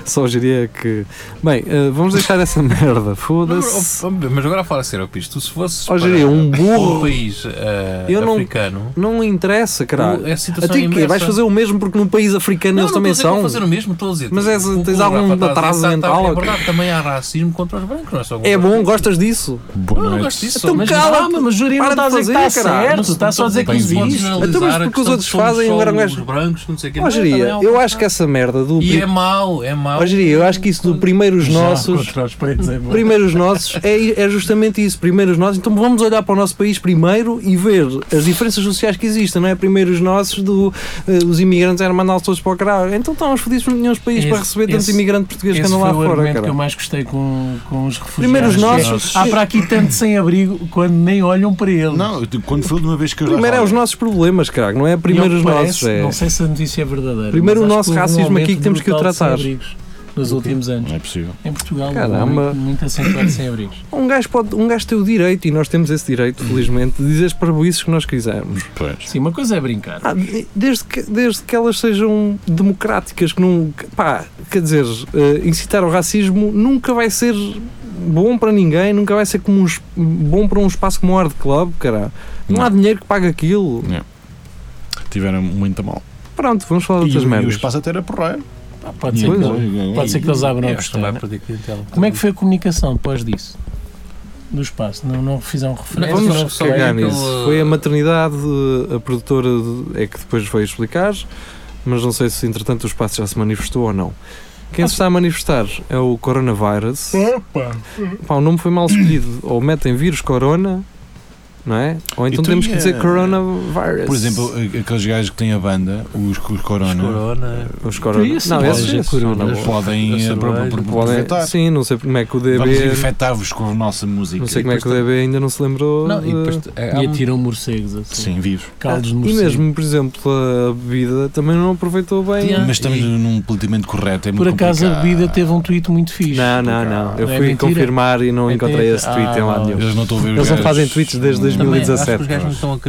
Só diria que. Bem, ah, vamos deixar essa merda,
Mas
foda-se.
mas agora fala sério, Pires. Tu se fosses
Ó,
para
Jeria, um burro.
país eh,
Eu não-
africano...
Não interessa, caralho.
É a situação
Até que
inversa.
vais fazer o mesmo porque num país africano
Não,
eles
não
também
estou a dizer que
são.
vou fazer o mesmo, estou a dizer.
Mas
tu-
és-
o-
tens
o
algum
Rafa está a dizer,
atraso
está-
mental,
É
ok?
verdade, também há racismo contra os brancos, não é só contra
É
os
bom,
brancos.
gostas disso?
Eu não gosto disso.
Então
mas-
cala-te.
calma, Ah, mas Júri não
Para
está a
de
dizer que está
fazer, caralho.
certo, está só a dizer que os
Bem-vindos.
outros...
Generalizar
Então, mas
a
porque os
questão
outros
de somos
fazem,
só
agora um
os
gajo-
brancos, não sei o quê.
Ó,
Não,
Jeria,
também há um-
eu acho que essa merda do.
E é
pri-
mau, é mau.
Ó, Jeria, eu acho que isso do primeiro os nossos.
Contra os pretos é bom.
Primeiro os nossos, é, é justamente isso. Primeiro os nossos, então vamos olhar para o nosso país primeiro e ver as diferenças sociais que existem, não é? Primeiro os nossos, do, eh, os imigrantes eram mandados todos para o caralho. Então estávamos fodidos por nenhum país para
Esse-
receber tantos
esse-
imigrantes portugueses que
Esse
andam
foi
lá
o
fora.
argumento que eu
caralho.
mais gostei com, com os refugiados.
Primeiro os
que é,
nossos.
Há para aqui tanto sem-abrigo quando nem olham para eles.
não, eu te- quando foi a última vez que eu já
Primeiro é os
falei?
nossos problemas, caralho, não é
E ao
primeiro
que
os
parece,
nossos. É.
Não sei se a notícia é verdadeira.
Primeiro
mas
o
acho
nosso
houve um
racismo aqui que
aumento
temos que o
brutal de
tratar.
sem-abrigos Nos últimos anos.
Não é possível.
Em Portugal,
Caramba.
muito, muito acentuado sem-abrigos.
Um gajo, pode, um gajo tem o direito, e nós temos esse direito, felizmente, de dizer as parboices que nós quisermos.
Pois.
Sim, uma coisa é brincar.
Ah, de- desde, que, desde que elas sejam democráticas, que não. que- Pá, quer dizer, eh, incitar ao racismo nunca vai ser bom para ninguém, nunca vai ser como um es- bom para um espaço como o Hard Club, cara. Não, há dinheiro que pague aquilo.
Tiveram muito mal.
Pronto, vamos falar de
E,
outras
o- e o
merdas.
espaço até era porreiro.
pode, ser
pois é.
que, pode ser que eles abram a
Eu acho que
questão.
não vai perder clientela.
Como é que foi a comunicação depois disso? Do espaço? Não, não fizeram referência?
Vamos
Não,
Vamos
só
cagar
ver aquele-
nisso. Foi a maternidade, eh, a produtora de- é que depois veio explicar, mas não sei se entretanto o espaço já se manifestou ou não. Quem se está a manifestar é o coronavírus. Pá, o nome foi mal escolhido. Ou metem vírus corona, não é? Ou então
tu
temos que
ia-
dizer coronavirus.
Por exemplo, a- aqueles gajos que têm a banda, os, os
Os
Corona,
Corona.
os corona.
Por isso,
não,
pode
esses,
ser
esses não,
corona.
não.
podem
A
eh,
cerveja.
pro- pro- pro-
Podem-
aproveitar.
sim, não sei como é que o
Vamos
DB.
infectar-vos com a nossa música.
Não sei como é que o
E depois
DB ainda não se lembrou.
Não, e
de- Ah,
depois é, há
E
um-
atiram morcegos
tá-
assim.
Sim, vivos.
Caldos de
e
morcego.
mesmo, por exemplo, a bebida também não aproveitou bem.
Yeah.
Mas estamos
E-
num politicamente correto. É
Por
muito
acaso a
complicado.
bebida teve um tweet muito fixe.
Não, não, ah, não. Eu
Não é
fui
mentira?
confirmar e não
É
encontrei
mentira?
esse tweet em
Ah,
lado nenhum.
Eles não estão a ver os
Eles não
gajos.
fazem tweets desde
Não-
Também,
2017,
acho que os
eu
gajos não
acho.
estão a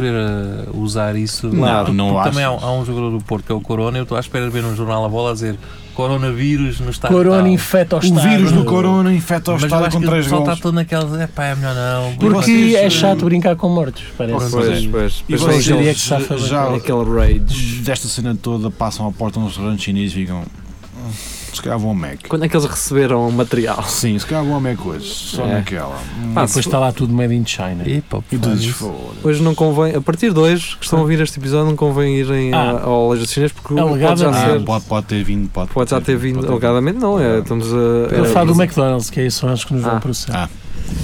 querer uh, usar isso.
Claro,
porque,
não
porque
acho.
também há, há um jogador do Porto que é o Corona. Eu estou à espera de ver num jornal a bola a dizer coronavírus no estado.
Corona
tal.
infeta o
O
estado.
vírus do Corona infecta o
Mas eu
estado
acho
com
que o
3
pessoal está
gols.
todo naquela. É pá, é melhor não.
Porque
vocês,
é
eh,
chato brincar com mortos, parece.
Pois,
Pois, é. pois.
E
Pois
vocês-
aquele-
diria
vocês
que safa bem.
já
aquele é rage.
desta cena toda passam à porta de um restaurante chinês e ficam. "Hum, Se calhar vou ao Mac.
Quando é que eles receberam o material?
Sim, se calhar vou ao Mac hoje. Só
É.
naquela. Hum,
Pá,
Depois está lá tudo made in China.
E pá,
E
pá,
tu dizes,
isso.
"Foda-se."
Hoje não convém, a partir de hoje, que estão a ouvir este episódio, não convém irem
Ah.
a- ao Lojas Chinês porque pode já
Alegadamente.
Ah,
ser.
pode, pode ter vindo, pode,
Pode já ter vindo, alegadamente não, é, estamos a.
Eu
é,
falo do McDonald's, que é isso, acho que nos vão
Ah.
processar.
Ah.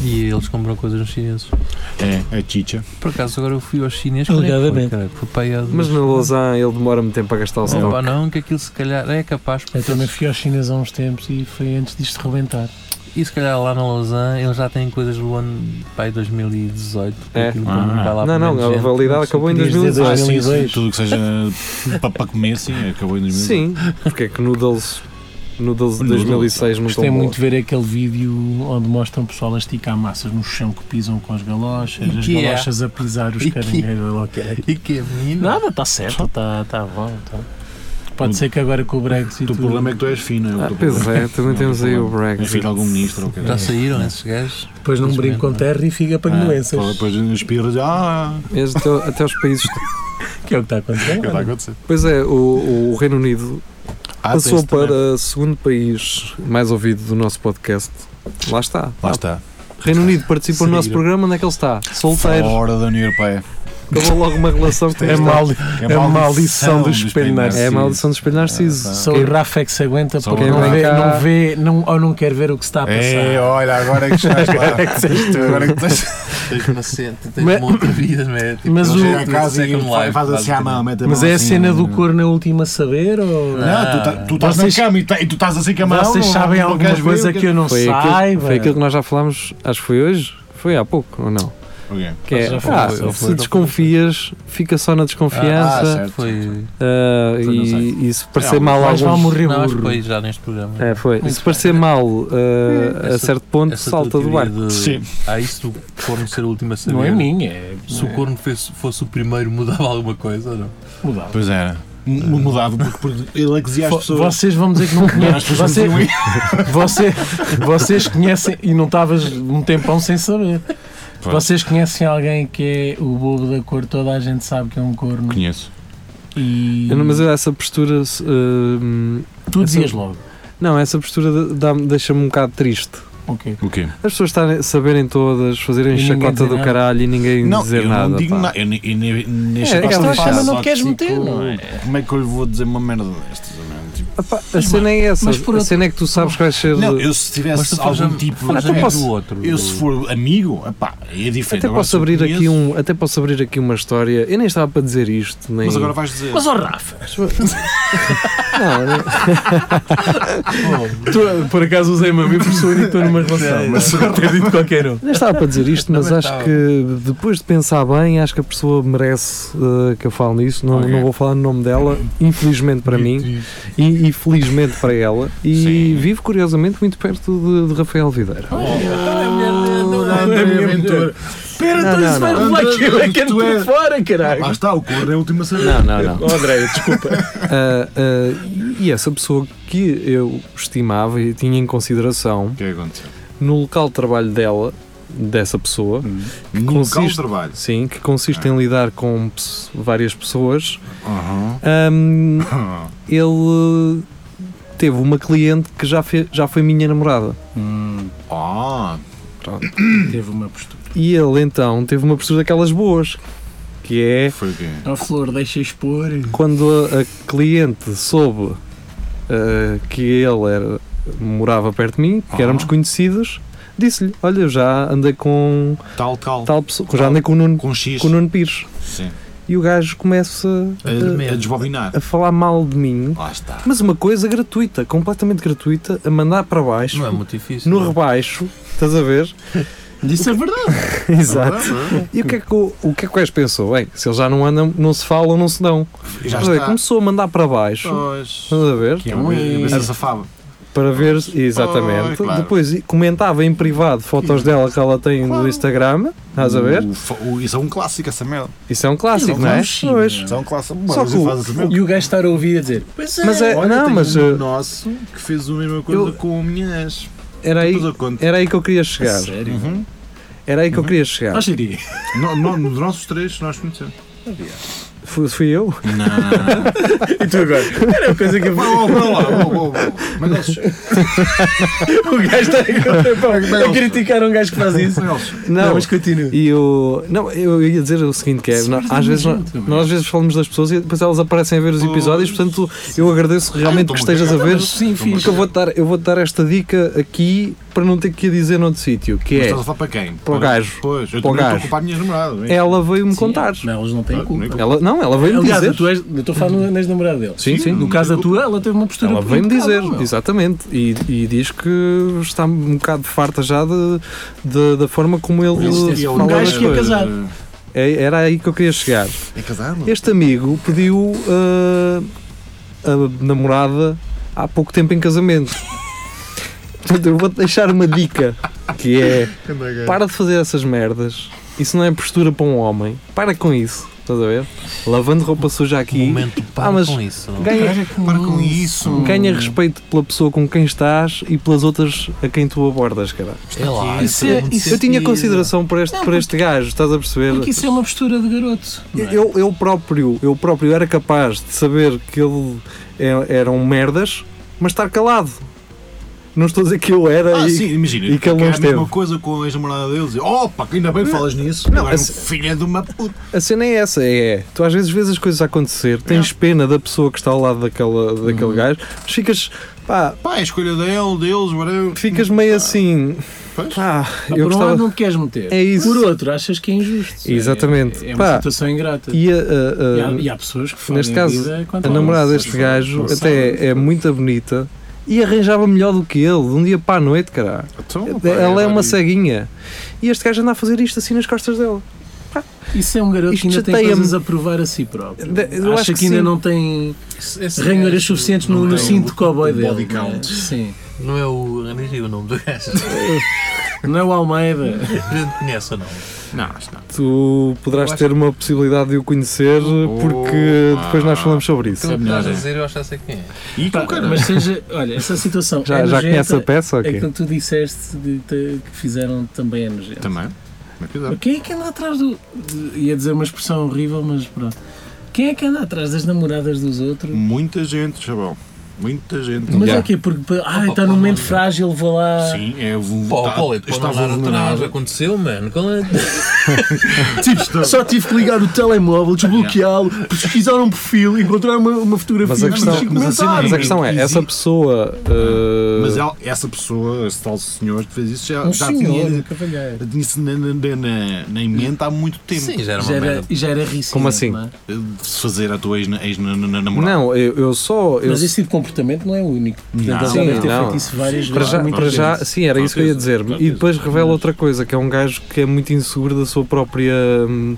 E eles compram coisas nos chineses.
É, é chicha.
Por acaso agora eu fui aos chineses. quando é que foi,
Alegadamente.
caralho? Foi para aí há duas
Mas na
semanas.
Lausanne ele demora-me tempo a gastar o
Não,
salão.
pá, não, que aquilo se calhar é capaz.
Eu
Porque
também fui aos chineses há uns tempos e foi antes disto rebentar.
E se calhar lá na Lausanne eles já têm coisas do ano pai 2018. porque
É.
aquilo como
Ah.
vai lá
Não,
para
não,
menos
a
gente,
validade
não sei.
acabou em
Querias dizer
2018.
Ah, sim,
2002.
sim, tudo que seja para, para comer, sim, acabou em 2000.
Sim, porque é que Noodles, noodles de
Noodles.
2006 não
Gostei
estão
muito de ver aquele vídeo onde mostram o pessoal a esticar massas no chão que pisam com as galochas, as
Ikea.
galochas a pisar os
Ikea.
carinheiros. olha lá o é? que é.
E que é menino?
Nada, está certo, está tá bom. tá. Pode
O-
ser que agora com o Brexit.
O
o-
problema é que tu és fino, é o
Ah,
teu
pois
problema.
é, também
Não,
temos aí o
problema. É filho
Brexit.
de algum ministro ou o que
Já saíram esses gajos?
Depois não brinco com terra e fica para
é Ah,
doenças.
Depois inspiras, ah,
Eles Até, até os países
Que é o que está acontecendo.
que tá está a acontecer.
Pois é, o, o Reino Unido
Ah,
passou
tens também.
para o segundo país mais ouvido do nosso podcast. Lá está.
Lá está.
Reino Unido participa no nosso
Saíram.
programa, onde é que ele está? Solteiro.
Fora da União Europeia.
Acabou logo uma relação com
É
esta-
mal-
É a maldição do espelho
É a maldição do espelho Narciso.
Ah,
Só
Quem-
o Rafa é que se aguenta
Só
porque
o
não
Rafa.
vê, não vê não, ou não quer ver o que se está a passar.
É, olha, agora é que estás lá. Agora é que estás
Tens uma senta, tens
Mas-
uma outra vida, não é? Tipo,
mas
não
o-
sei,
Chega a casa
second
e faz-
life,
faz assim à mão,
basicamente. Ah,
mete
Mas
mão
é a
assim.
cena do corno na última a saber? Ou...
Não, tu, tá- tu estás
Vocês-
na cama e, tá- e tu estás assim com a mão.
Vocês
não-
sabem
não
alguma
queres ver
coisa
o
que eu não
Foi aquilo,
saiba?
foi aquilo que nós já falámos, acho que foi hoje? Foi há pouco, ou não?
Ok.
Que é,
Já foi, já
ah,
foi, já
se
foi.
desconfias, fica só na
Ah,
desconfiança
certo.
Foi.
ah,
Foi, não sei.
e, e se parecer
É,
mal a
Mais vale
alguns,
morrer
Não, acho que
burro.
foi já neste programa.
é, foi. E
Muito
se parecer
bem. Hum.
mal ah, a
Essa-
certo ponto,
Essa
salta
tua
do
teoria
barco.
de-
Sim.
Há isso do corno ser o último a saber.
Não é minha, é
Se o corno fez- fosse o primeiro, mudava alguma coisa ou não?
mudado.
Pois era. M- Mudava, porque, porque ele é que dizia às
Fo-
pessoas.
Vocês vão dizer que não
As
conhecem.
pessoas
Você,
diziam isso.
você, vocês conhecem, e não estavas um tempão sem saber.
Pois.
Vocês conhecem alguém que é o bobo da cor, toda a gente sabe que é um corno.
Conheço.
E
Eu
um-
não- Mas essa postura. se, ah,
tu dizias
essa-
logo.
não, essa postura dá- deixa-me um bocado triste.
Ok.
O quê?
As pessoas estarem, saberem todas, fazerem
E ninguém
chacota
dizer
do
nada.
caralho e ninguém
Não,
dizer
eu
nada.
não digo
pá.
nada. Eu, ne- eu, ne- neste
É,
caso
aquela
faço,
chama
não
só que,
queres
tipo,
meter, não é?
Como é que eu lhe vou dizer uma merda destas? não é? Tipo,
Ah, pá, a cena é essa.
mas por
a
outro-
cena é que tu sabes que vais ser.
Não, eu se tivesse
fores
algum
a-
tipo
fores
de-
amigo do outro.
Eu se for amigo, epá, é diferente.
Até
Agora, se
posso,
eu
abrir
conheço-
aqui um, até posso abrir aqui uma história. Eu nem estava para dizer isto. Nem...
Mas agora vais dizer.
Mas ó Rafa,
Não, não. Tu, por acaso usei uma minha pessoa e estou numa relação. Mas
ter dito qualquer um.
nem é, estava para dizer isto, mas
Também
acho
estava.
que depois de pensar bem, acho que a pessoa merece eh, que eu fale nisso. Não,
Ok.
não vou falar no nome dela, infelizmente para mim e, e felizmente para ela. E
Sim.
vivo curiosamente muito perto de, de Rafael Videira.
Espera,
Não,
então
não,
isso vai
não.
levar
André,
aquilo é que
tu
ando
és-
fora, caralho.
Lá está, o corno é a última saída.
não, não.
Oh, André, desculpa.
Ah, ah, e essa pessoa que eu estimava e tinha em consideração
O que é que aconteceu?
no local de trabalho dela, dessa pessoa,
No local de
consiste-
um trabalho.
sim, que consiste em lidar com pes- várias pessoas,
Aham.
ahm, ele teve uma cliente que já, fe- já foi minha namorada.
Ah,
Hum, Teve uma postura.
E ele então teve uma postura daquelas boas, que é
foi o quê?
Ó Flor, deixa expor.
quando a, a cliente soube ah, que ele era, morava perto de mim, que
Ah.
éramos conhecidos, disse-lhe, olha, eu já andei com
Tal, tal.
tal pessoa, já andei com o Nuno,
Com X.
com o Nuno Pires.
Sim.
E o gajo começa
Eh, A, a desbobinar.
a falar mal de mim,
Lá está.
mas uma coisa gratuita, completamente gratuita, a mandar para baixo,
Não é muito difícil.
no rebaixo, estás a ver?
Isso é verdade.
Exato. E o que, é que o, o que é que o gajo pensou? Bem, se eles já não andam, não se falam, não se dão.
Já
Estás a ver?
está. Oh,
Começou a mandar para baixo,
Pois.
estás a ver?
Que é um
Eu
ex.
pensei safava.
Para ver, se- exatamente.
Ai, claro.
Depois e- comentava em privado fotos dela que ela tem no Instagram, estás a ver?
O fa- o- Isso é um clássico, essa merda.
Isso é um clássico,
Isso é
não é?
um
Pois.
Isso é um clássico.
Só
Mas
que o-
você faz essa merda.
E o gajo estar a ouvir a dizer: Pois é,
Mas é,
Olha,
não,
tem
mas
um
eh,
nosso que fez a mesma coisa
eu-
com a minha ex.
era, aí, É-
Depois eu conto.
era aí que eu queria chegar.
sério.
Uhum.
Era aí que eu queria chegar.
Ó, Xiri,
No, no, nos nossos três, nós conhecemos.
Fui, fui eu?
Não, não, não.
E tu agora? Era a coisa que eu
Vou, vou lá, vou, vou, vou. Mas eles-
O gajo
tá
está a Eu criticar um gajo que faz isso.
Não,
mas continua.
e o. Não, eu ia dizer o seguinte: que é, nó- às, vezes, nó- nós, às vezes falamos das pessoas e depois elas aparecem a ver os episódios, portanto eu agradeço
Ah,
realmente
então
Ai,
que
toma
estejas a ver.
Sim, fiz.
Porque eu vou dar, eu vou dar esta dica aqui para não ter que a dizer noutro sítio, que
Mas
é
estás a falar para quem?
para o gajo.
Pois, eu
Para o
também estou
gajo.
a culpar a minha namorada. não é?
Ela veio-me contar.
Não, eles não têm culpa.
Ela, não, ela veio-me
Aliás,
dizer.
a tua ex- eu estou a falar no- na ex-namorada dele.
Sim, sim.
No caso da tua, ela teve uma postura.
Ela veio-me dizer,
impecável, meu.
exatamente. E, e diz que está um bocado farta já de, de- da forma como ele.
Ele- ele-
fala
um gajo
das
que é
coisas.
casado.
É- Era aí que eu queria chegar.
É casado?
Este amigo pediu ah, a namorada há pouco tempo em casamento. Portanto, eu vou-te deixar uma dica que é para de fazer essas merdas Isso não é postura para um homem. Para com isso, estás a ver? Lavando roupa suja aqui.
Um momento para
Ah, mas
com isso. não?
Ganha,
é
Para com isso.
ganha respeito pela pessoa com quem estás e pelas outras a quem tu abordas, cara.
É lá,
Isso
tem
é-
muito
isso
Eu tinha
sentido.
consideração por este,
Não,
por este gajo, estás a perceber?
Porque isso é uma postura de garoto. não é?
Eu, eu próprio, eu próprio era capaz de saber que ele é- era um merdas, mas estar calado. Não estou a dizer que eu era
Ah,
e-
sim, imagina.
e que ele não
é a mesma
esteve.
coisa com a ex-namorada deles. Opa, que ainda bem que falas nisso. Não, é um
assim-
filho de uma puta.
A cena é essa, é. Tu às vezes vês as coisas a
É.
acontecer, tens pena da pessoa que está ao lado daquela, daquele
Uhum.
gajo, mas ficas, pá,
Pá, é a escolha dele, deles, whatever.
ficas meio assim.
Pois.
Pá,
Mas
eu
Ah, por um lado
gostava.
não te queres meter.
É isso.
Por outro, achas que é injusto. É-
Exatamente.
É, uma
Pá.
situação ingrata. E,
E a, a- a-
há, e há pessoas que fazem
neste
a
caso,
vida quanto
a
ao-
namorada
se-
deste gajo
se-
até é muito bonita e arranjava melhor do que ele, de um dia para a noite, caralho. Ela é uma ceguinha. E este gajo anda a fazer isto assim nas costas dela.
Isso é um garoto
Isto
que ainda tem
chateia-me.
coisas a provar a si próprio.
De- eu
Acha
acho
que,
que
ainda
sim.
não tem
Esse é-
ranhoras
gajo
suficientes
não
no, no
tem
cinto
o-
cowboy
o
dele.
Body count.
Sim.
Não é o. Eu nem digo o nome do gajo.
Não é o Almeida.
A gente conhece ou não?
Não, acho que não.
Tu poderás ter uma possibilidade de o conhecer porque depois nós falamos sobre isso.
Tu
Então,
é
me
melhor,
estás a
é.
dizer, eu acho que já sei quem é.
E
Pá,
com cara.
mas seja, olha, essa situação.
Já,
é
já
nojenta,
conhece a peça?
É
aqui?
quando tu disseste de te- que fizeram também a nojenta.
Também. Mas cuidado.
Quem é que anda atrás do. de- ia dizer uma expressão horrível, mas pronto. Quem é que anda atrás das namoradas dos outros?
Muita gente, Chabão. Muita gente.
Mas
Yeah.
é quê? Porque. Ah, está
pô,
num momento
não.
frágil, vou lá.
Sim, é o
Pá, qual é? Depois não andar atrás, aconteceu, mano. Qual é?
Tipo, Só tive que ligar o telemóvel, desbloqueá-lo, pesquisar um perfil, encontrar uma, uma fotografia.
Mas a questão-
e
mas a cena-
comentar.
Mas a questão é, essa pessoa. uh,
Mas ela- essa pessoa, esse tal senhor que fez isso, já,
Um
já
senhor,
tinha
um cavalheiro.
tinha isso na, na, na- na, na emenda há muito tempo.
Sim, já era uma
Já era,
merda.
já era rícido.
Como assim?
não é?
De se fazer a tua ex-namorada. Ex, na- na- namorada.
Não, eu, eu só. Eu,
Mas esse tipo de comportamento não é o único. Portanto, ele já
Sim,
deve ter
não.
feito isso várias
para
vezes. há
já,
muito
para já-
tempo.
sim, era isso que eu ia dizer. E depois revela outra coisa, que é um gajo que é muito inseguro da sua própria. hum,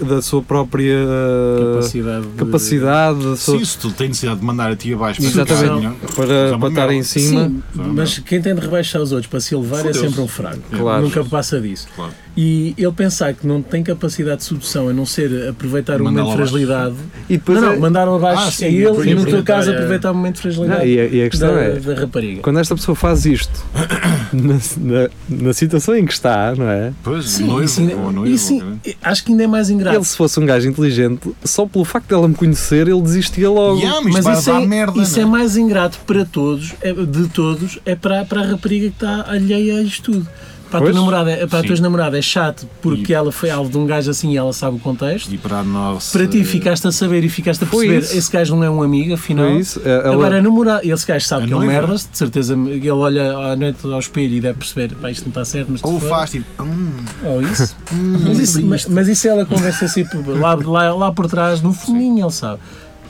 da sua própria. uh,
Capacidade. de-
capacidade. da sua-
Se isso tu tem necessidade de mandar a ti abaixo para
Exatamente.
ficar melhor,
para,
uma
para estar
merda.
em cima.
Sim, mas quem tem de rebaixar os outros para se elevar é
Fudeu-se.
sempre um fraco.
Claro.
Nunca passa disso.
Claro.
E ele pensar que não tem capacidade de sedução a não ser aproveitar o
Mandá-lo
momento de
abaixo.
fragilidade.
E depois.
não, não,
é-
mandaram abaixo
Ah, sim,
a ele e no teu
aproveitar,
caso
é.
aproveitar o momento de
não,
fragilidade
e, a, e a questão
da,
é.
da rapariga.
Quando esta pessoa faz isto na, na, na situação em que está, não é?
Pois,
Sim,
noivo
isso ainda-
ou noivo.
isso-
ou-
acho que ainda é mais ingrato.
Ele, se fosse um gajo inteligente, só pelo facto dela me conhecer, ele desistia logo.
Yeah, Ah, mas isto
Mas
vai
isso,
dar
é,
merda,
isso
não
é mais ingrato para todos, é- de todos, é para, para a rapariga que está alheia a isto tudo. Para a tua
Pois.
namorada, é- para a tua
Sim.
namorada é chato porque ela foi alvo de um gajo assim e ela sabe o contexto.
E para a nossa.
Para ti ficaste a saber e ficaste a
Foi
perceber,
isso.
esse gajo não é um amigo, afinal.
Não é isso? É- Ela,
Agora a namorada, esse gajo sabe
A
que é um
noiva.
merdas, de certeza ele olha à noite ao espelho e deve perceber, pá, isto não está certo, mas
Ou Hum,
se for."
faz tipo. Hum,
Ou isso. mas, isso mas, mas isso ela conversa assim por- lá, lá, lá por trás, no fundinho, ele sabe.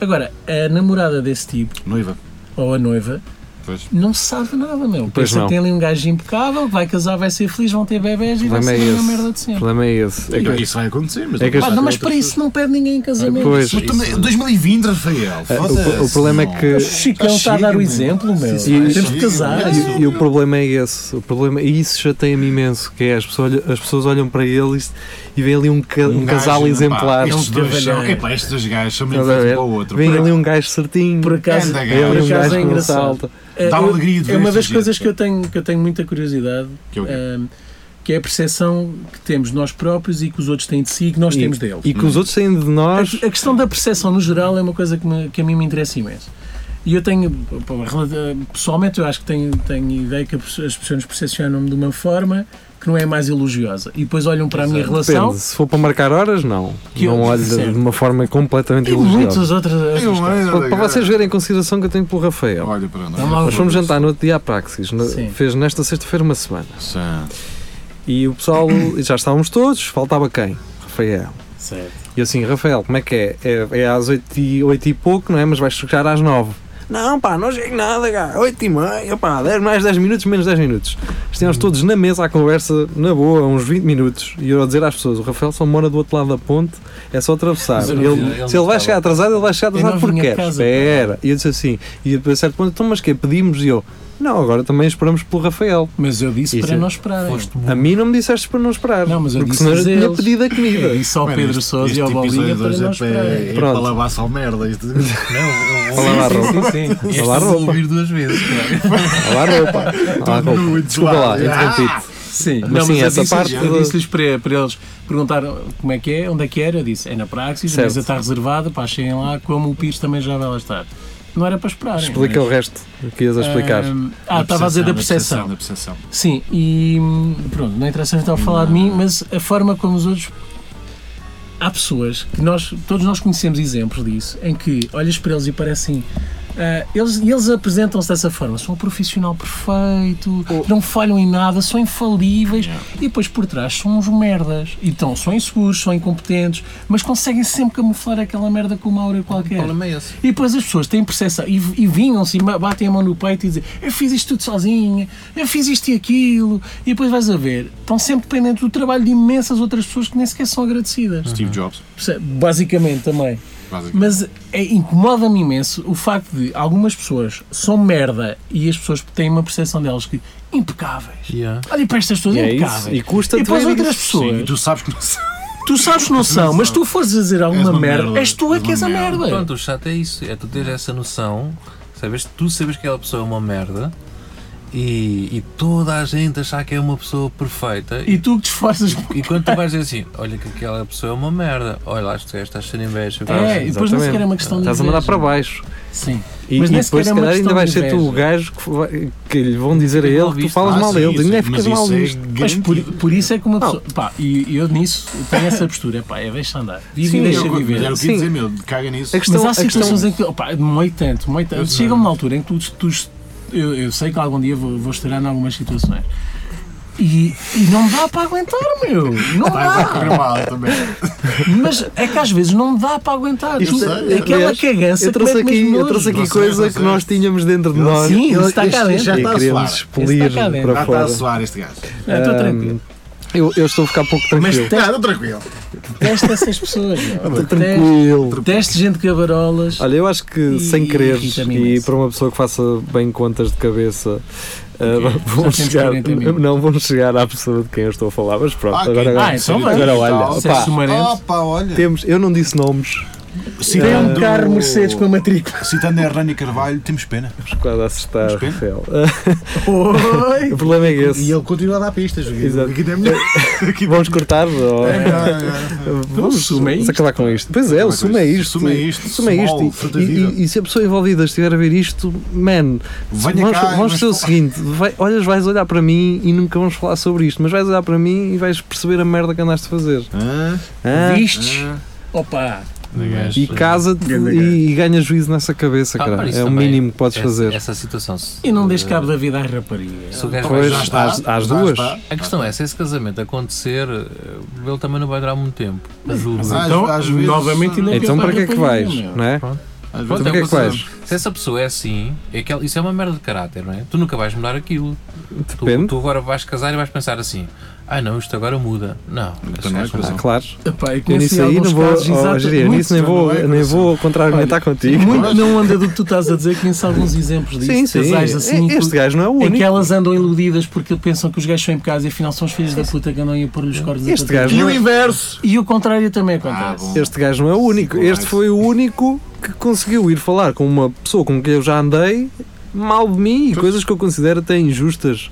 Agora, a namorada desse tipo,
noiva.
ou a noiva,
Pois.
não sabe nada, meu.
Pois
Pensa
não.
que tem ali um gajo impecável, que vai casar, vai ser feliz, vão ter bebés e vai ser
Problema é
a
esse.
mesma merda de
o
sempre.
problema é esse. É que-
isso vai acontecer, mas.
É que as-
Pá, Ah, não, mas para isso não pede ninguém em casamento.
Pois.
Mas também, 2020, Rafael. foda-se.
Ah, o, o problema é
O
que.
Chicão está a dar o exemplo, meu.
sim,
Temos
sim.
de casar.
Ah, E, e o problema é esse. O problema, e isso chateia-me imenso, que é as pessoas, olham- as pessoas olham para ele e, e vêem ali um, ca- um
gajo,
casal
pá,
exemplar.
Estes dois são.
cavalheiro.
Epá, estes dois gajos são
um
meio
Estás a
feito
ver?
para o outro.
Vem
Por
ali
acaso-
um gajo certinho,
Por acaso,
Anda,
vem ali
por
um
acaso
gajo
é
que não
engraçado.
salta.
É,
Dá uma
eu-
alegria de ver
É uma
esta
das
gente.
coisas que eu tenho, que eu tenho muita curiosidade,
Que é o quê?
hum, que é a percepção que temos de nós próprios e que os outros têm de si e que nós temos deles.
E que os outros saem de nós.
A, a questão da percepção no geral é uma coisa que, me- que a mim me interessa imenso. E eu tenho, pô, relata- pessoalmente, eu acho que tenho, tenho ideia que a perce- as pessoas percepcionam-me de uma forma que não é mais elogiosa. E depois olham para a minha relação
Depende, se for para marcar horas, não.
Que
não
eu-
olha
certo.
de uma forma completamente
e muitas
elogiosa.
outras. outras
Eu,
coisas.
olha,
Para, para vocês
cara.
verem a consideração que eu tenho pelo Rafael.
Olha para nós.
Vamos lá. um
Nós fomos jantar no outro dia à Praxis, no-
Sim.
fez nesta sexta-feira uma semana.
Santo.
E o pessoal, já estávamos todos, faltava quem? Rafael.
Certo.
E eu assim, Rafael, como é que é? É, é às 8 e, oito e pouco, não é? Mas vais chegar às 9. Não, pá, não chego nada, cara. 8 e meia, pá, 10, mais 10 minutos, menos 10 minutos.
Hum.
Estivemos todos na mesa à conversa, na boa, uns 20 minutos. E eu a dizer às pessoas: o Rafael só mora do outro lado da ponte, é só atravessar.
Mas eu não
Ele-
vi, ele
se ele
não
vai
estava.
chegar atrasado, ele vai chegar
Eu
atrasado
não
porque
vinha de
quer.
casa,
Espera. E eu disse assim: e depois a certo ponto, então, mas que pedimos? E eu: Não, agora também esperamos pelo Rafael.
Mas eu disse
Isso
para
é-
não esperarem.
Foste
A mim não me disseste para não esperar.
Não, mas eu
porque
disse
senão eu tinha
eles.
pedido a comida.
E só ao
Mano,
Pedro
este-
Sousa e ao
este
Bolinha
episódio
para
hoje
não
é,
esperarem.
é,
Pronto.
para lavar só merda. Isto-
Não,
Olá,
sim,
Raul.
sim, sim, sim.
Olá,
Este
Raul.
vou ouvir duas vezes. cara.
Olá, roupa. Olá, roupa. Desculpa lá,
Ah,
interrompi-te.
Sim,
Mas
não,
sim,
mas eu
essa
disse-
parte
Eu
de-
disse-lhes para, para eles perguntar como é que é, onde é que era. Eu disse: é na Praxis, a
Certo.
mesa está reservada, pá, cheguem lá, como o Pires também já vai lá estar. Não era para esperar.
Explica o resto o que ias a explicar.
Ah, estava a dizer da percepção.
Da percepção.
Sim, e hum, pronto, não interessa estar a falar de mim, mas a forma como os outros. Há pessoas que nós, todos nós conhecemos exemplos disso, em que olhas para eles e parecem. ah, eles, e eles apresentam-se dessa forma, são um profissional perfeito, não falham em nada, são infalíveis e depois por trás são uns merdas. Então são inseguros, são incompetentes, mas conseguem sempre camuflar aquela merda com uma aura qualquer. E depois as pessoas têm percepção e, e vinham-se e ma- batem a mão no peito e dizem eu fiz isto tudo sozinha, eu fiz isto e aquilo. E depois vais a ver, estão sempre dependentes do trabalho de imensas outras pessoas que nem sequer são agradecidas.
Steve Jobs,
Perce- Basicamente também.
basicamente.
Mas é, incomoda-me imenso o facto de algumas pessoas são merda e as pessoas têm uma percepção delas que impecáveis.
Yeah.
Olha para estas pessoas
E é isso.
impecáveis.
E custa-te
e depois
ver
outras
isso.
pessoas.
E tu sabes que não sabes.
Tu sabes que não são, mas tu fores dizer alguma
uma
merda,
merda.
és tu é
És
que és a
uma
merda.
merda.
Pronto, o chato é isso. É tu teres essa noção, sabes? Tu sabes que aquela pessoa é uma merda e, e toda a gente achar que é uma pessoa perfeita.
E
E,
tu que te esforças
e quando tu vais dizer assim, olha que aquela pessoa é uma merda, olha lá, isto é, estás sendo inveja.
É, e depois não
Exatamente.
sequer é uma questão de.
Estás a mandar
inveja.
para baixo.
Sim.
E,
Mas
e
nem
depois,
sequer é
se
uma
calhar, ainda
questão
vais
de
ser tu o
inveja.
gajo que, vai- que lhe vão dizer a ele que tu
visto.
falas
Ah,
mal
sim,
dele.
sim,
Ainda
mas
ficas mal
isso é
disto.
Mas por,
grande-
por isso é que uma pessoa. Pá, e eu nisso tenho essa postura. Pá, é deixa andar. Vive
Sim,
e
Mas
deixa
era o que- mas
viver.
era o que
Sim. É
ia dizer, meu. Caga nisso.
A questão-
mas há assim
a questão-
situações em que. Opá, demorei tanto, demorei tanto. Chega uma altura em que tu. tu, eu, eu sei que algum dia vou, vou estar em algumas situações. E, e não dá para aguentar, meu! Não
Vai
dá!
correr mal também.
Mas é que às vezes não dá para aguentar.
Isto
Tu-
é-
aquela
Aliás,
cagança
Eu trouxe
que mete
aqui,
mesmo
eu
nojo.
trouxe aqui
Não sei,
coisa
não
que
sei.
nós tínhamos dentro de nós.
Sim, ele está cá
Este-
dentro.
este Tá, já
E
está a
queremos
suar.
expelir
Está cá dentro.
Já
para
está a
fora.
suar este gajo.
Não,
ah,
Estou Ah, então tranquilo.
Eu, eu estou a ficar um pouco
Mas
tranquilo.
Ah, não, tranquilo.
Testa essas pessoas. meu.
Estou tranquilo.
Teste gente de cavarolas.
Olha, eu acho que
E
sem querer
irrita-me
e
imenso.
para uma pessoa que faça bem contas de cabeça uh, vão
temos
chegar
40 minutos.
não vão chegar à pessoa de quem eu estou a falar, mas pronto,
Ah,
agora,
quem-
agora,
Ah, então vai.
agora olha,
Isso é
opá,
sumarento.
Opa, olha.
temos, eu não disse nomes,
Tem um
Citando-
carro Mercedes com a matrícula.
Citando a Hernani Carvalho, temos pena.
mas quase a acertar,
Mas bem.
Rafael. o problema é esse.
E ele continua a dar pistas.
Exato. É.
Aqui tem melhor. Aqui
Vamos cortar? Ou...
É.
eh, Vamos,
suma é
vamos
isto.
acabar com isto. Pois é, o suma é isto.
Suma é isto.
O suma é isto.
Small,
E,
fruta
e-
viva.
e se a pessoa envolvida estiver a ver isto, man, vamos,
Venha cá e
vamos
vamos
fazer o
falar.
seguinte: vai, olhas, vais olhar para mim e nunca vamos falar sobre isto, mas vais olhar para mim e vais perceber a merda que andaste a fazer.
Ah,
Hã?
Vistes?
Ah.
Opa!
E casa-te e, e ganha juízo nessa cabeça,
Ah,
cara.
para isso
É o
também.
mínimo que podes
Essa-
fazer.
Essa situação. se-
E não deixe cabo da vida às raparigas.
se o gajo
Pois,
vai-
já está.
às- às
já
duas.
está.
A questão é, se esse casamento acontecer, eh, ele também não vai durar muito tempo. Juro.
ah,
às-
Então,
às vezes-
novamente, ele é
Então
pior
para que é que vais?
rapariga, meu.
Não é?
Às
Pronto,
vezes-
Então para que é que vais?
Se essa pessoa é assim, é que ela- isso é uma merda de caráter, não é? Tu nunca vais mudar aquilo. Tu,
Depende.
tu agora vais casar e vais pensar assim: ah, não, isto agora muda. Não,
Então não é
isto
coisa.
Ah, claro.
Epá, eu
Eu
conheci
nisso aí não
alguns
vou.
casos,
Oh,
exato,
Jeria,
muito-
nisso nem vou,
não é
nem vou contra-argumentar contigo.
Muito não anda do que tu estás a dizer, conheço alguns exemplos disso.
Sim, sim.
Casais assim,
Este gajo não é o
em que
único.
elas andam iludidas porque pensam que os gajos são impecáveis e afinal são os filhos da puta que andam a pôr-lhe os cordes a
Este
toda a
gajo
gente.
E
não
o
é-
inverso.
E o contrário também
Ah,
acontece.
bom.
Este gajo não é o único.
Sim,
Este
claro.
foi o único que conseguiu ir falar com uma pessoa com quem eu já andei mal de mim e coisas que eu considero até injustas.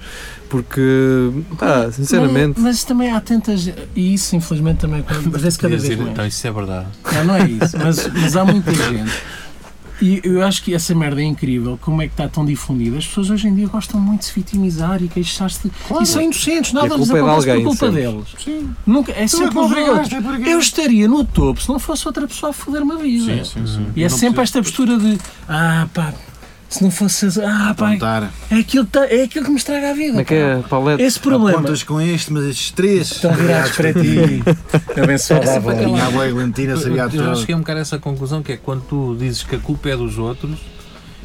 Porque, pá, sinceramente,
Mas, mas também há tantas. E isso, infelizmente, também acontece. Às vezes, cada vez
Quer dizer,
mais.
Então isso é verdade.
Não, não é isso, mas, mas há muita gente. E eu acho que essa merda é incrível, como é que está tão difundida. As pessoas hoje em dia gostam muito de se vitimizar e queixar-se. de- E são inocentes,
E
nada
a
lhes
culpa é de
acontece por
alguém,
culpa
sempre.
deles. Nunca, é sempre os outros. Eu estaria no topo se não fosse outra pessoa a foder-me a vida.
Sim, sim, sim.
E é sempre esta postura de ah pá, se não fosse. Ah pá,
Apontar.
é aquilo, que tá- é aquilo que me estraga a vida.
como é que
pá.
é, Paulette?
Esse problema
Apontas com este, mas estes três.
estão virados para ti. Abençoada a bola.
Minha avó Eglantina
Eu,
sabia a
eu já
todos.
cheguei um bocado a essa conclusão que é quando tu dizes que a culpa é dos outros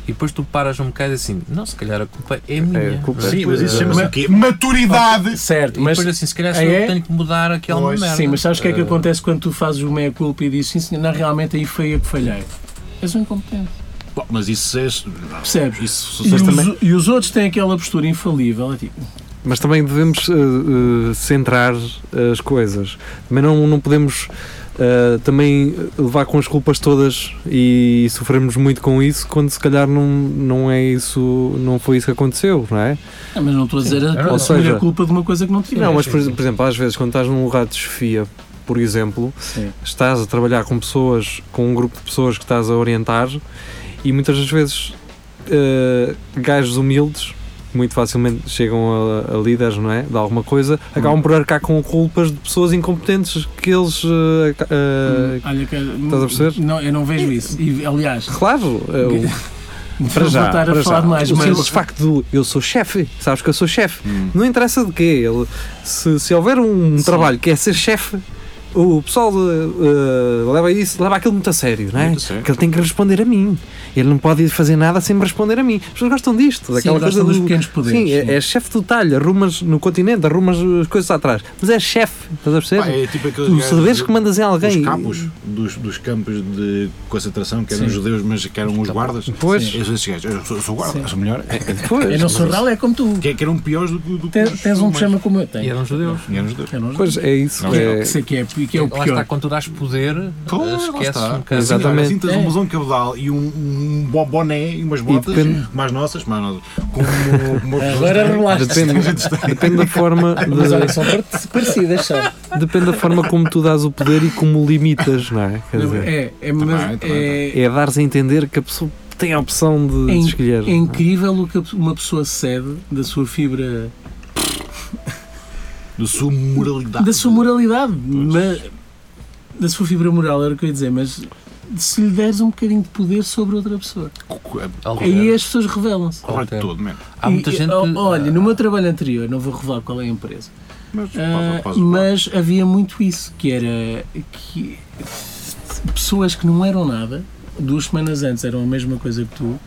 e depois tu paras um bocado assim: não, se calhar a culpa é minha.
É, a culpa é
Sim,
Sim, Eh, mas isso chama-se o quê? Maturidade!
Certo,
e
mas.
depois assim, se calhar sou
é-
eu que tenho que mudar aquela
Pois,
merda.
Sim, mas sabes o que é que
Eh,
acontece quando tu fazes o meia culpa e dizes sim, senhor, não, realmente aí foi eu que falhei? És um incompetente.
Bom, mas isso é.
Percebes?
Isso,
E
isso
os,
também.
e os outros têm aquela postura infalível. É tipo,
Mas também devemos eh, eh, centrar as coisas. Também não, não podemos eh, também levar com as culpas todas e sofremos muito com isso quando se calhar não, não é isso, não foi isso que aconteceu, não é?
"Ah, mas não estou a dizer
é
a,
verdade.
a, assumir
Ou seja,
a culpa de uma coisa que não é Hum, tive.
não, mas por, por exemplo, às vezes quando estás num lugar de desfia, por exemplo,
Sim.
estás a trabalhar com pessoas, com um grupo de pessoas que estás a orientar e muitas das vezes eh, gajos humildes muito facilmente chegam a, a líderes, não é? De alguma coisa, acabam por arcar com culpas de pessoas incompetentes que eles. eh, ca- eh,
Olha, cara,
estás a perceber?
Não, eu não vejo isso. E, aliás,
Claro, eh, o-
vou voltar a falar demais,
o
mas
simples facto do eu sou chefe, sabes que eu sou chefe,
Hum.
não interessa de quê. Ele, se, se houver um
Sim.
trabalho que é ser chefe, o pessoal eh, leva isso, leva aquilo muito a sério, não é?
Muito a sério.
Que ele tem que responder a mim. Ele não pode fazer nada sem me responder a mim. As pessoas gostam disto, daquela
sim,
coisa
gostam
do.
dos pequenos poderes.
Sim,
sim.
é, é chefe do talho, arrumas no continente, arrumas as coisas atrás. Mas é chefe, estás a perceber?
Pá, é tipo aqueles
tu
gajos
saberes
do-
que mandas em alguém.
Dos capos, dos, dos campos de concentração, que eram
Sim.
judeus, mas que eram os guardas.
Pois.
Sim. Esses gajos, eu sou, sou guarda,
Sim.
sou melhor.
Pois.
Eu não sou ralo, é como tu.
Que, que eram piores do que do que
Tens,
os
tens um
humanos.
chama como eu
E
tenho.
eram judeus.
E eram judeus.
Eu não-
Pois é isso.
Não,
é-
que sei que é, que é o
Lá está,
pior.
quando tu dás poder,
Pois, lá
esqueces
está.
um bocado.
Assim,
Exatamente.
olha, Assim, tens
É.
um blusão cabedal e um, um bo- boné e umas botas,
depende-
mais nossas, mais nossas, com uma- uma
Agora relaxa.
depende, depende da forma. de-
Mas olha, são par- parecidas, são.
Depende da forma como tu dás o poder e como o limitas, não é? Quer dizer,
É, é, mas
também,
é,
é, dares a entender que a pessoa tem a opção de, de
in-
escolher.
é incrível o que uma pessoa cede da sua fibra,
da sua moralidade.
da sua moralidade, ma- da sua fibra moral, era o que eu ia dizer, mas se lhe deres um bocadinho de poder sobre outra pessoa, aí as pessoas revelam-se.
Olha é todo, mesmo.
Há muita
E- e-
gente
o-
que-
Olha, no meu trabalho anterior, não vou revelar qual é a empresa,
Mas,
ah,
pá, pá, pá,
mas havia muito isso, que era que pessoas que não eram nada, duas semanas antes eram a mesma coisa que tu,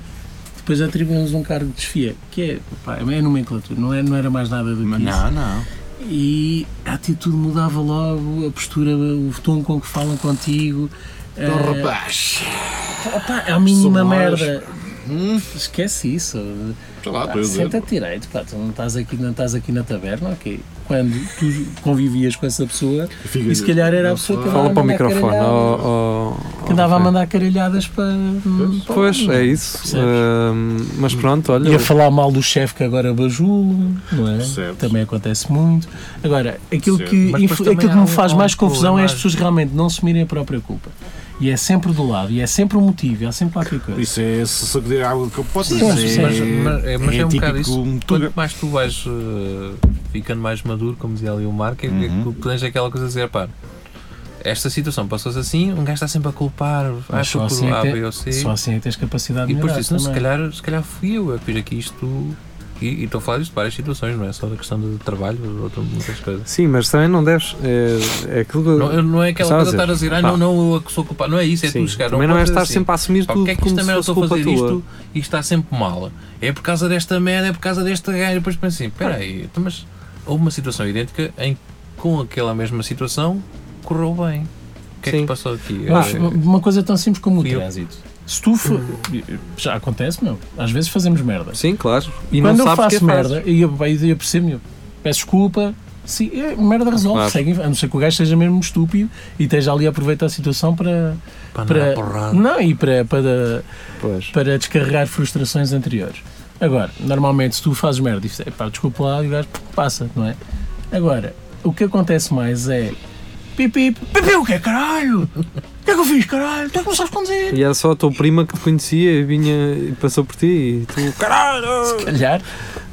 depois atribuímos um cargo de desfia, que é, pá, é nomenclatura, não, é, não era mais nada do
pá.
que isso.
Não, não.
E a atitude mudava logo, a postura, o tom com que falam contigo.
Então,
ah,
rapaz.
opá, é a mínima
Sou mais-
merda.
Hum, Ah, é.
Esquece isso.
sei lá,
Pá,
estou a dizer.
Senta-te direito, pá, tu não estás aqui, não estás aqui na taberna, ok? Quando tu convivias com essa pessoa,
Fica-
e se calhar era a
não
pessoa que
sei.
andava
Fala
a
para o
mandar
microfone.
caralhadas-
ó- ó-
que andava a
ó,
mandar caralhadas para. hum, para
Pois,
o-
é isso.
Percebes?
Ahm, mas pronto, olha.
E a falar mal do chefe que agora bajula, não é?
Certo.
Também acontece muito. Agora, aquilo,
Certo.
que,
Mas depois
inf-
também
aquilo que
há
me
um-
faz
há um
mais confusão é
problema.
as pessoas realmente não assumirem a própria culpa. E é sempre do lado, e é sempre um motivo, e há sempre qualquer coisa.
Isso é se sacudir a água que eu posso
Sim,
dizer.
sim.
Mas, mas- é, mas é, um bocado
típico
isso.
um tuga.
Quanto mais tu vais eh, ficando mais maduro, como dizia ali o Marco, é que tu tens aquela coisa de dizer, pá, esta situação passou-se assim, um gajo está sempre a culpar,
Mas
acho
só,
que
assim
por A,
é
B ou
que,
C.
só assim é que tens capacidade de
E depois
melhorar
disse, não, se
também.
calhar, se calhar fui eu, é por aqui isto. E e estou a falar disto de várias situações, não é só da questão do trabalho, outras muitas coisas.
Sim, mas também não deves. É, é aquilo que.
Não, eu- não é aquela
Estava
coisa de
a
estar a
dizer,
dizer, ah,
pá.
não, não, eu sou culpado. Não é isso, é
Sim,
tu chegar
também não é
é
estar sempre a assumir
Pá,
tudo
porque é que
como
isto
se
também eu
fosse
estou a
culpa
fazer
tua.
isto e está sempre mal? É por causa desta merda, é por causa deste gajo. E Depois penso assim, espera aí, então, mas houve uma situação idêntica em que com aquela mesma situação correu bem. O que é
Sim.
que passou aqui?
Mas
É,
uma- uma coisa tão simples como o
Fui eu.
trânsito. Se tu for, já acontece, meu. Às vezes fazemos merda.
Sim, claro. E
Quando
não
eu
sabes
faço
que é
merda, e eu, eu, eu percebo, eu peço desculpa. Sim, é, merda resolve,
Claro.
segue em- a não ser que o gajo seja mesmo estúpido e esteja ali a aproveitar a situação para.
para
para
andar porrada.
não, e para, para,
Pois.
para descarregar frustrações anteriores. Agora, normalmente, se tu fazes merda e dizes, pá, desculpa lá, e o gajo passa, não é? Agora, o que acontece mais é. Pipi, pipi, o que é caralho? O que é que eu fiz, caralho? Tu é que não sabes conduzir?
E era só a tua prima que te conhecia e vinha e passou por ti e tu.
Se calhar,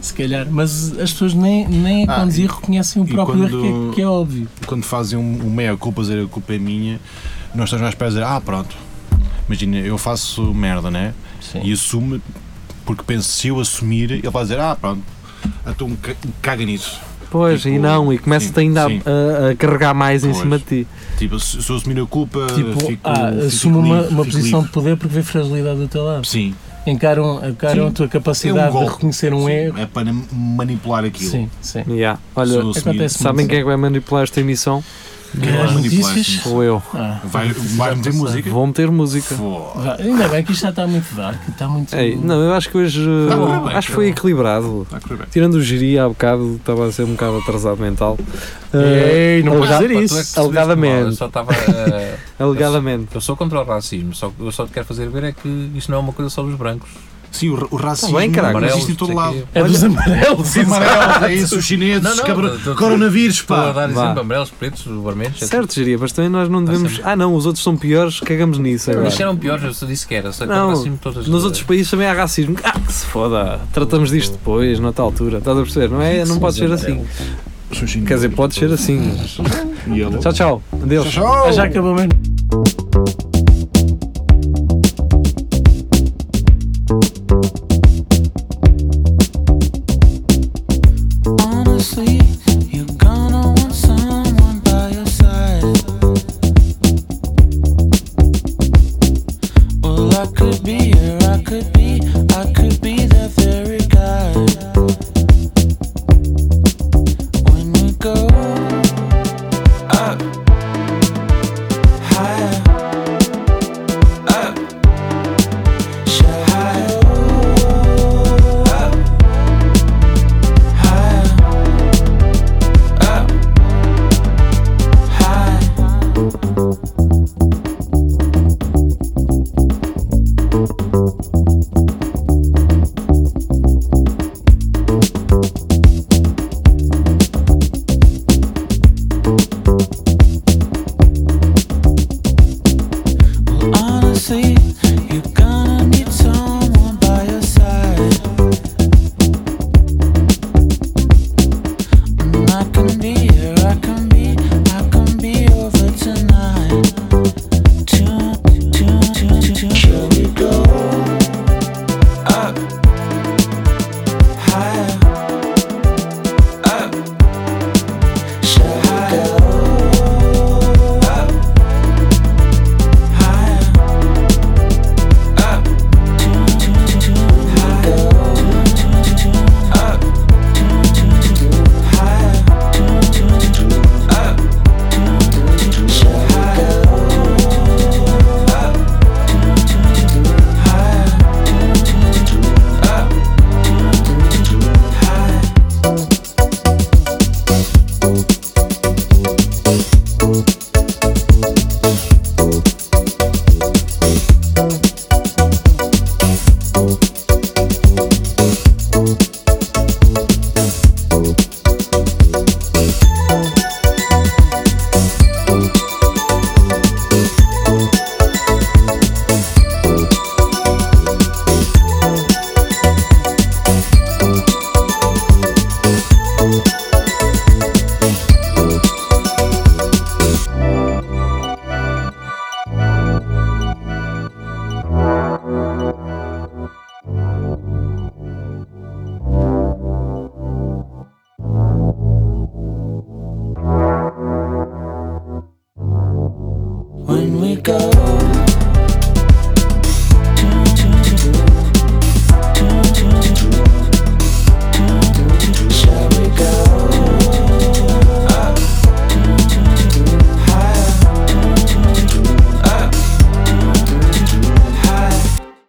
se calhar, mas as pessoas nem, nem a
Ah,
conduzir
e-
reconhecem o
e
próprio erro, que,
quando-
é, que é óbvio.
Quando fazem um, um meia culpa, dizer a culpa é minha, nós estamos mais para dizer, ah, pronto. Imagina, eu faço merda, né? E assume, porque penso, se eu assumir, ele vai dizer, ah, pronto, então ca- caga nisso.
Pois,
Tipo,
e não, e começa-te
sim,
ainda a-
sim.
a, a carregar mais em
Pois.
cima de ti.
Tipo, se se eu assumir a culpa,
Tipo,
fico,
ah,
fico
assume uma,
livre,
uma
fico
posição de
livre.
poder porque vê fragilidade do teu lado.
Sim,
Encaram, encaram
Sim.
a tua
É
capacidade
um golpe.
de reconhecer um
sim,
erro.
é para manipular aquilo.
Sim, sim.
Yeah.
Se
Olha,
eu assumir-
acontece
sabem
muito.
quem é que vai manipular esta emissão?
Quer as notícias?
Sou eu.
Ah,
Vai, vai meter música?
Vou meter música.
Foda.
vá. ainda bem que isto já está muito dark, está muito.
Ei, não, eu acho que hoje. uh,
Tá bom, bem,
acho que foi
tá
equilibrado.
Está a correr bem.
Tirando o giri há bocado, estava a ser um bocado atrasado mental. Uh,
Ei, não podes dizer
alega-
Pá, tu é que
isso.
percebeste
alegadamente.
mal, Eu só estava. eh,
Alegadamente.
eu sou contra o racismo, só que eu só te quero fazer ver é que isto não é uma coisa só dos brancos.
Sim, o, ra- o racismo
Tá bem, caralho.
Amarelos,
existe em todo
não sei
lado.
quê.
É dos amarelos,
Os amarelos, é isso, os chineses,
Não, não,
cabra-
tô- tô-
coronavírus,
Estou a
pá.
dar
vá.
exemplo amarelos, pretos, vermelhos. etc.
Certo, Geria, mas também nós não
Tá
devemos.
sempre.
Ah, não, os outros são piores, cagamos nisso agora.
Mas
é um
se eram piores, eu só disse que era. Só que
Não,
o racismo todas as-
Nos outros países também há racismo. Ah, que se foda. Tratamos disto depois, noutra altura. Estás a perceber? Não, é, não pode ser assim.
São chineses.
Quer dizer, pode ser assim.
E ele-
Tchau, tchau. Adeus.
Tchau, tchau.
Já acabou mesmo.